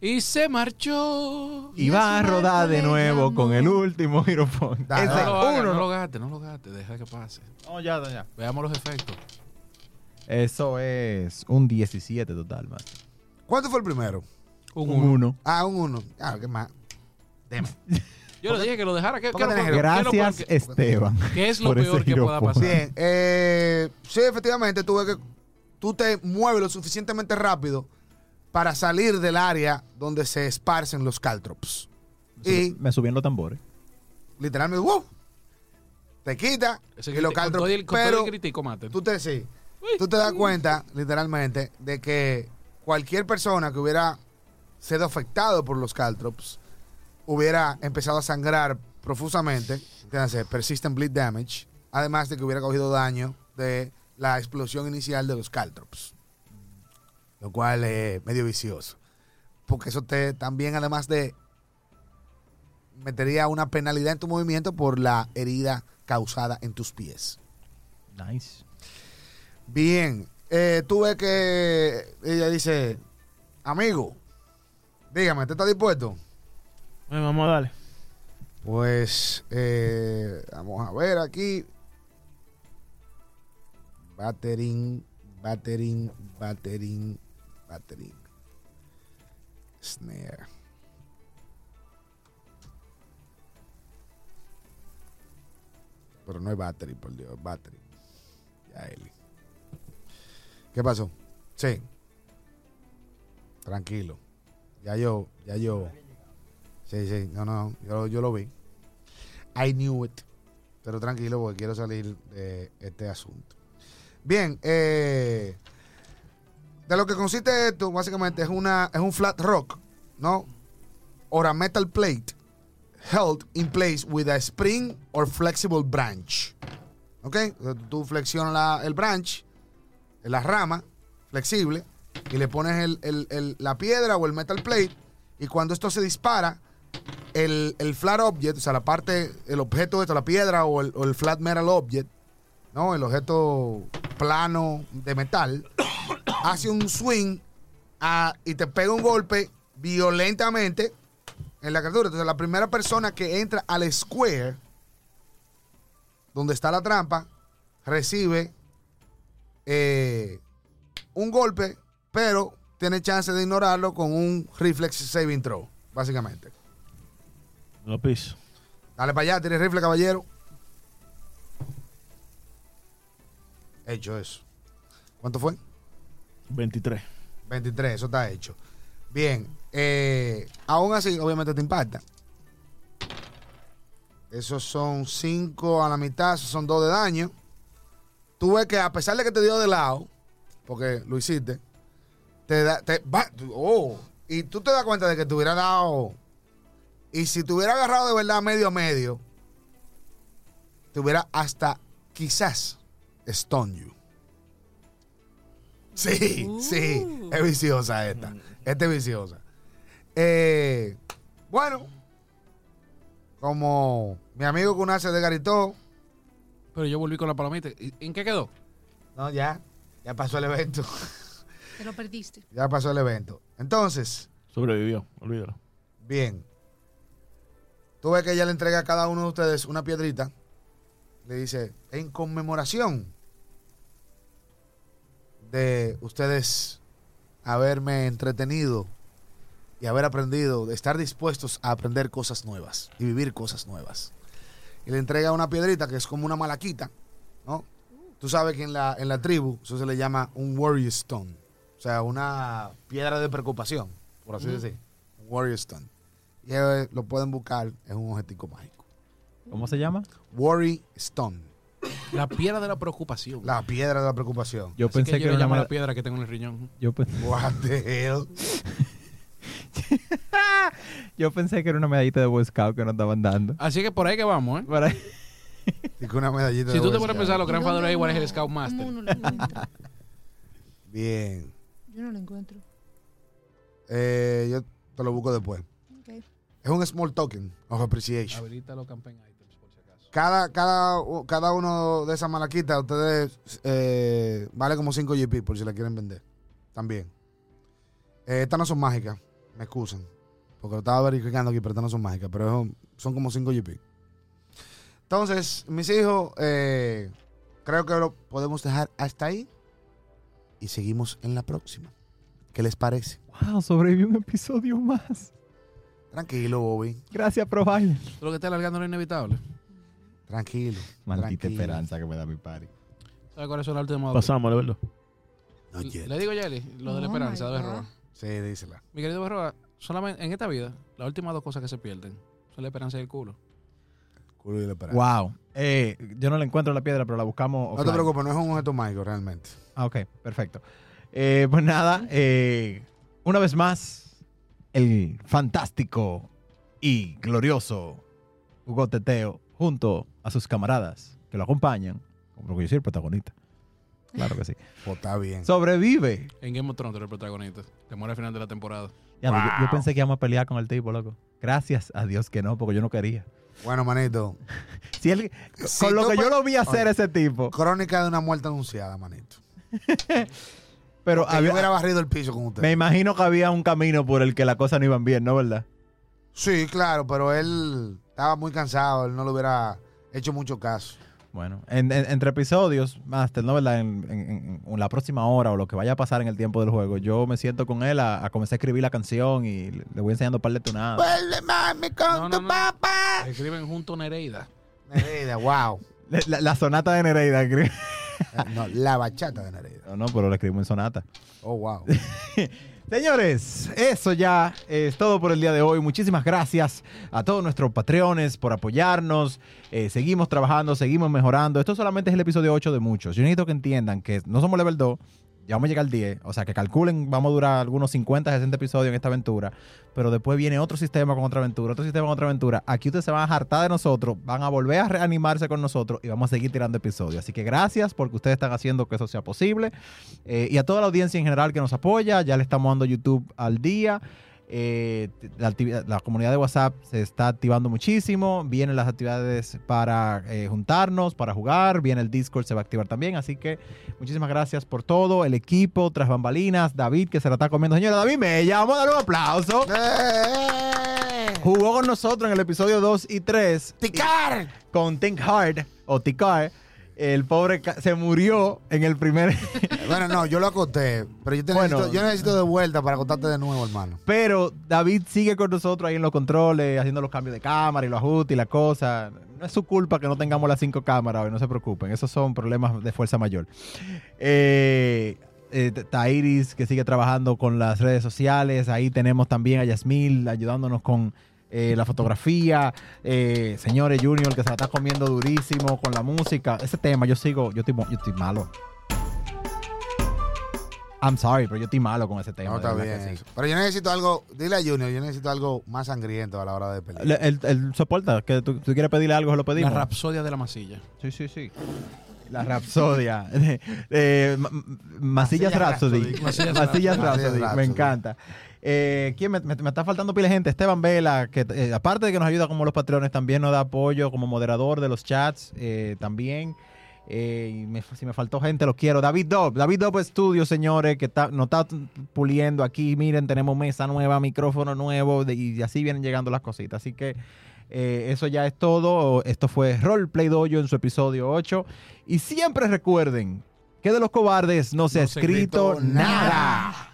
[SPEAKER 2] Y se marchó.
[SPEAKER 7] Y va a rodar de nuevo con el último girofón.
[SPEAKER 1] Ah.
[SPEAKER 5] Dale,
[SPEAKER 2] No
[SPEAKER 5] dale.
[SPEAKER 2] lo hagas,
[SPEAKER 7] uno,
[SPEAKER 2] no
[SPEAKER 7] no.
[SPEAKER 2] lo gaste, no lo gaste, deja que pase.
[SPEAKER 7] ya, ya.
[SPEAKER 2] Veamos los efectos.
[SPEAKER 7] Eso es un 17 total, más.
[SPEAKER 5] ¿Cuánto fue el primero?
[SPEAKER 2] Un
[SPEAKER 7] Un
[SPEAKER 2] uno.
[SPEAKER 7] 1.
[SPEAKER 5] Ah, un uno. Ah, qué más.
[SPEAKER 2] Yo le dije que lo dejara. ¿Qué,
[SPEAKER 5] ¿Por qué
[SPEAKER 2] qué
[SPEAKER 5] tenés
[SPEAKER 2] lo-
[SPEAKER 5] que-
[SPEAKER 2] qué lo-
[SPEAKER 7] Gracias,
[SPEAKER 2] qué-
[SPEAKER 7] Esteban.
[SPEAKER 2] qué es lo
[SPEAKER 7] por ese
[SPEAKER 2] peor que pueda
[SPEAKER 7] girofón.
[SPEAKER 2] pasar?
[SPEAKER 5] Bien, eh, sí, efectivamente, tú ves que tú te mueves lo suficientemente rápido para salir del área donde se esparcen los caltrops. Y
[SPEAKER 7] Me subí en los tambores.
[SPEAKER 5] literalmente, ¡wow! Te quita
[SPEAKER 2] Ese
[SPEAKER 5] y los
[SPEAKER 2] grite- con todo
[SPEAKER 5] caltrops.
[SPEAKER 2] y el- con todo
[SPEAKER 5] pero
[SPEAKER 2] el critico, mate.
[SPEAKER 5] tú te sí, tú te das cuenta, literalmente, de que cualquier persona que hubiera sido afectado por los caltrops hubiera empezado a sangrar profusamente, entiéndase, persistent bleed damage, además de que hubiera cogido daño de la explosión inicial de los caltrops, lo cual es medio vicioso, porque eso te también, además de metería una penalidad en tu movimiento por la herida causada en tus pies.
[SPEAKER 7] Nice.
[SPEAKER 5] Bien, eh, tú ves que ella dice, amigo, dígame, ¿te estás dispuesto?
[SPEAKER 4] Bueno, vamos a darle.
[SPEAKER 5] Pues eh, vamos a ver aquí. Battering, battering, battering, battering. Snare. Pero no es battery, por Dios, es battery. Ya, Eli. ¿Qué pasó? Sí. Tranquilo. Ya yo, ya yo. Sí, sí, no, no, yo, yo lo vi. I knew it. Pero tranquilo, porque quiero salir de este asunto. Bien, eh, de lo que consiste esto, básicamente es, una, es un flat rock, ¿no? Or a metal plate held in place with a spring or flexible branch. ¿Ok? O sea, Tú flexionas la- el branch, la rama flexible, y le pones el- el- el- la piedra o el metal plate y cuando esto se dispara, el, el flat object, o sea, la parte, el objeto de esto, la piedra o el, o el flat metal object, ¿no? El objeto plano de metal, hace un swing a- y te pega un golpe violentamente en la criatura. Entonces, la primera persona que entra al square, donde está la trampa, recibe eh, un golpe, pero tiene chance de ignorarlo con un reflex saving throw, básicamente.
[SPEAKER 4] No piso.
[SPEAKER 5] Dale para allá, tiene rifle, caballero. Hecho eso. ¿Cuánto fue?
[SPEAKER 4] 23.
[SPEAKER 5] 23, eso está hecho. Bien, eh, aún así, obviamente te impacta. Esos son 5 a la mitad, esos son 2 de daño. Tú ves que a pesar de que te dio de lado, porque lo hiciste, te da, te va- oh, y tú te das cuenta de que te hubiera dado, y si te hubiera agarrado de verdad medio a medio, te hubiera hasta quizás stone you. Sí, sí, es viciosa esta. Esta es viciosa. Eh, bueno, como mi amigo Kunace de Garitó,
[SPEAKER 2] Pero yo volví con la palomita. ¿Y- ¿En qué quedó?
[SPEAKER 5] no, ya, ya pasó el evento.
[SPEAKER 3] Te lo perdiste.
[SPEAKER 5] Ya pasó el evento. Entonces,
[SPEAKER 4] Sobrevivió, olvídalo.
[SPEAKER 5] Bien. Tú ves que ella le entrega a cada uno de ustedes una piedrita. Le dice, en conmemoración de ustedes haberme entretenido y haber aprendido, de estar dispuestos a aprender cosas nuevas y vivir cosas nuevas. Y le entrega una piedrita que es como una malaquita, ¿no? Tú sabes que en la, en la tribu eso se le llama un warrior stone, o sea, una piedra de preocupación, por así decir. Warrior Stone. Y eh, lo pueden buscar, es un objetivo mágico.
[SPEAKER 1] ¿Cómo se llama?
[SPEAKER 5] Worry Stone,
[SPEAKER 2] La piedra de la preocupación.
[SPEAKER 5] la piedra de la preocupación.
[SPEAKER 1] Yo
[SPEAKER 2] Así
[SPEAKER 1] pensé que,
[SPEAKER 2] yo
[SPEAKER 1] era
[SPEAKER 2] le
[SPEAKER 1] una
[SPEAKER 2] llamo la
[SPEAKER 1] mala...
[SPEAKER 2] piedra que tengo en el riñón.
[SPEAKER 1] yo, pe-
[SPEAKER 5] What the hell?
[SPEAKER 1] yo pensé que era una medallita de Boy Scout que nos estaban dando.
[SPEAKER 2] Así que por ahí que vamos, ¿eh?
[SPEAKER 1] Para-
[SPEAKER 5] Y con una medallita
[SPEAKER 2] Si
[SPEAKER 5] de
[SPEAKER 2] tú te
[SPEAKER 5] Boy
[SPEAKER 2] pones a
[SPEAKER 5] Scout.
[SPEAKER 2] pensar, los gran
[SPEAKER 3] ¿Dónde
[SPEAKER 2] padres igual es
[SPEAKER 3] uno-
[SPEAKER 2] el Scout
[SPEAKER 3] cómo
[SPEAKER 2] Master.
[SPEAKER 3] uno lo encuentra?
[SPEAKER 5] Bien.
[SPEAKER 3] Yo no lo encuentro.
[SPEAKER 5] Eh, yo te lo busco después.
[SPEAKER 3] Ok.
[SPEAKER 5] Es un small token of appreciation.
[SPEAKER 2] Habilita los campaign items, por si acaso.
[SPEAKER 5] Cada, cada, cada uno de esas malaquitas, ustedes eh, vale como 5 GP por si la quieren vender. También. Eh, estas no son mágicas, me excusan. Porque lo estaba verificando aquí, pero estas no son mágicas. Pero son, son como 5 GP. Entonces, mis hijos, eh, creo que lo podemos dejar hasta ahí. Y seguimos en la próxima. ¿Qué les parece?
[SPEAKER 1] wow, sobrevivió un episodio más.
[SPEAKER 5] Tranquilo, Bobby.
[SPEAKER 1] Gracias, Provider.
[SPEAKER 2] Tú lo que está alargando lo inevitable.
[SPEAKER 5] Tranquilo.
[SPEAKER 1] Maldita
[SPEAKER 5] tranquilo.
[SPEAKER 1] esperanza que me da mi party.
[SPEAKER 2] ¿Sabes cuáles son las últimas dos?
[SPEAKER 4] Pasamos, la verdad.
[SPEAKER 5] No, yet.
[SPEAKER 2] Le digo, Yeli, lo de la
[SPEAKER 3] Oh
[SPEAKER 2] esperanza
[SPEAKER 3] my
[SPEAKER 2] de
[SPEAKER 3] God.
[SPEAKER 2] Berroa.
[SPEAKER 5] Sí, dísela.
[SPEAKER 2] Mi querido Berroa, solamente en esta vida, las últimas dos cosas que se pierden son la esperanza y el culo.
[SPEAKER 5] Culo y la esperanza.
[SPEAKER 1] Wow. Eh, yo no la encuentro la piedra, pero la buscamos.
[SPEAKER 5] No te
[SPEAKER 1] offline.
[SPEAKER 5] preocupes, no es un objeto mágico realmente.
[SPEAKER 1] Ah, ok, perfecto. Eh, pues nada, eh, una vez más, el fantástico y glorioso Hugo Teteo, junto a sus camaradas que lo acompañan, porque yo soy el protagonista. Claro que sí.
[SPEAKER 5] Pues está bien.
[SPEAKER 1] Sobrevive.
[SPEAKER 2] En Game of Thrones, tú eres el protagonista. Te muere al final de la temporada.
[SPEAKER 1] Ya, yo- yo, pensé que íbamos a pelear con el tipo, loco. Gracias a Dios que no, porque yo no quería.
[SPEAKER 5] Bueno, manito.
[SPEAKER 1] Si él-
[SPEAKER 5] Si
[SPEAKER 1] con lo
[SPEAKER 5] tú
[SPEAKER 1] que yo
[SPEAKER 5] pa-
[SPEAKER 1] lo vi hacer
[SPEAKER 5] Oye.
[SPEAKER 1] ese tipo.
[SPEAKER 5] Crónica de una muerte anunciada, manito.
[SPEAKER 1] Pero
[SPEAKER 5] Que
[SPEAKER 1] Ah, había-
[SPEAKER 5] yo hubiera barrido el piso con usted.
[SPEAKER 1] me imagino que había un camino por el que las cosas no iban bien, ¿no, verdad?
[SPEAKER 5] Sí, claro, pero él estaba muy cansado, él no le hubiera hecho mucho caso.
[SPEAKER 1] Bueno, en- en- entre episodios, Master, ¿no? ¿Verdad? En, en- en la próxima hora o lo que vaya a pasar en el tiempo del juego, yo me siento con él a, a comenzar a escribir la canción y le le voy enseñando un par de tonadas.
[SPEAKER 5] Vuelve, mami, con
[SPEAKER 2] No, no,
[SPEAKER 5] tu
[SPEAKER 2] no.
[SPEAKER 3] Ah.
[SPEAKER 5] papá.
[SPEAKER 2] Escriben junto Nereida.
[SPEAKER 5] Nereida, wow.
[SPEAKER 1] Le- La, la sonata de Nereida. escri-
[SPEAKER 5] Eh, No, la bachata de Nereida.
[SPEAKER 1] No, no, pero la escribimos en sonata.
[SPEAKER 5] Oh, wow.
[SPEAKER 1] Señores, eso ya es todo por el día de hoy. Muchísimas gracias a todos nuestros patreones por apoyarnos. Eh, seguimos trabajando, seguimos mejorando. Esto solamente es el episodio 8 de muchos. Yo necesito que entiendan que no somos level 2, ya vamos a llegar al 10. O sea, que calculen, vamos a durar algunos 50, 60 episodios en esta aventura. Pero después viene otro sistema con otra aventura, otro sistema con otra aventura. Aquí ustedes se van a hartar de nosotros, van a volver a reanimarse con nosotros y vamos a seguir tirando episodios. Así que gracias porque ustedes están haciendo que eso sea posible. Eh, y a toda la audiencia en general que nos apoya, ya le estamos dando YouTube al día. Eh, la, actividad- la comunidad de WhatsApp se está activando muchísimo. Vienen las actividades para eh, juntarnos, para jugar. Viene el Discord, se va a activar también. Así que muchísimas gracias por todo. El equipo, tras bambalinas, David, que se la está comiendo. Señora David Mella, vamos a darle un aplauso.
[SPEAKER 5] ¡Eh!
[SPEAKER 1] Jugó con nosotros en el episodio 2 y 3
[SPEAKER 5] ¡Ticar!
[SPEAKER 1] con Think Hard o Ticar. El pobre ca- se murió en el primer.
[SPEAKER 5] Bueno, no, yo lo acosté, pero yo, te
[SPEAKER 1] Bueno.
[SPEAKER 5] necesito, yo necesito de vuelta para acostarte de nuevo, hermano.
[SPEAKER 1] Pero David sigue con nosotros ahí en los controles, haciendo los cambios de cámara y los ajustes y las cosas. No es su culpa que no tengamos las cinco cámaras hoy, no se preocupen. Esos son problemas de fuerza mayor. Eh, eh, Tairis, que sigue trabajando con las redes sociales. Ahí tenemos también a Yasmil ayudándonos con eh, la fotografía. Eh, señores Junior, que se la está comiendo durísimo con la música. Ese tema, yo sigo, yo estoy, mo- yo estoy malo. I'm sorry, pero yo estoy malo con ese tema.
[SPEAKER 5] No,
[SPEAKER 1] de
[SPEAKER 5] está
[SPEAKER 1] verdad que
[SPEAKER 5] bien.
[SPEAKER 1] sí.
[SPEAKER 5] Pero yo necesito algo, dile a Junior, yo necesito algo más sangriento a la hora de pelear.
[SPEAKER 1] Le- El, el soporta, que tú, tú quieres pedirle algo, se lo
[SPEAKER 2] La
[SPEAKER 1] pedimos.
[SPEAKER 2] rapsodia de la masilla.
[SPEAKER 1] sí, sí, sí. La Rapsodia. Eh, eh, ma- ma- Masillas
[SPEAKER 5] Masillas
[SPEAKER 1] Rhapsody.
[SPEAKER 5] Rhapsody.
[SPEAKER 1] Masillas
[SPEAKER 5] Masillas
[SPEAKER 1] Rhapsody.
[SPEAKER 5] Rhapsody.
[SPEAKER 1] Me encanta. Eh, ¿quién me, me- me está faltando pila de gente? Esteban Vela, que eh, aparte de que nos ayuda como los patrones, también nos da apoyo como moderador de los chats. eh, también. Eh, y me- si me faltó gente, los quiero. David Dobb, David Dobb Studios, señores, que está, nos está puliendo aquí. Miren, tenemos mesa nueva, micrófono nuevo, de- y así vienen llegando las cositas. Así que eh, eso ya es todo. Esto fue Roleplay Dojo en su episodio 8. Y siempre recuerden que de los cobardes no se ha escrito nada.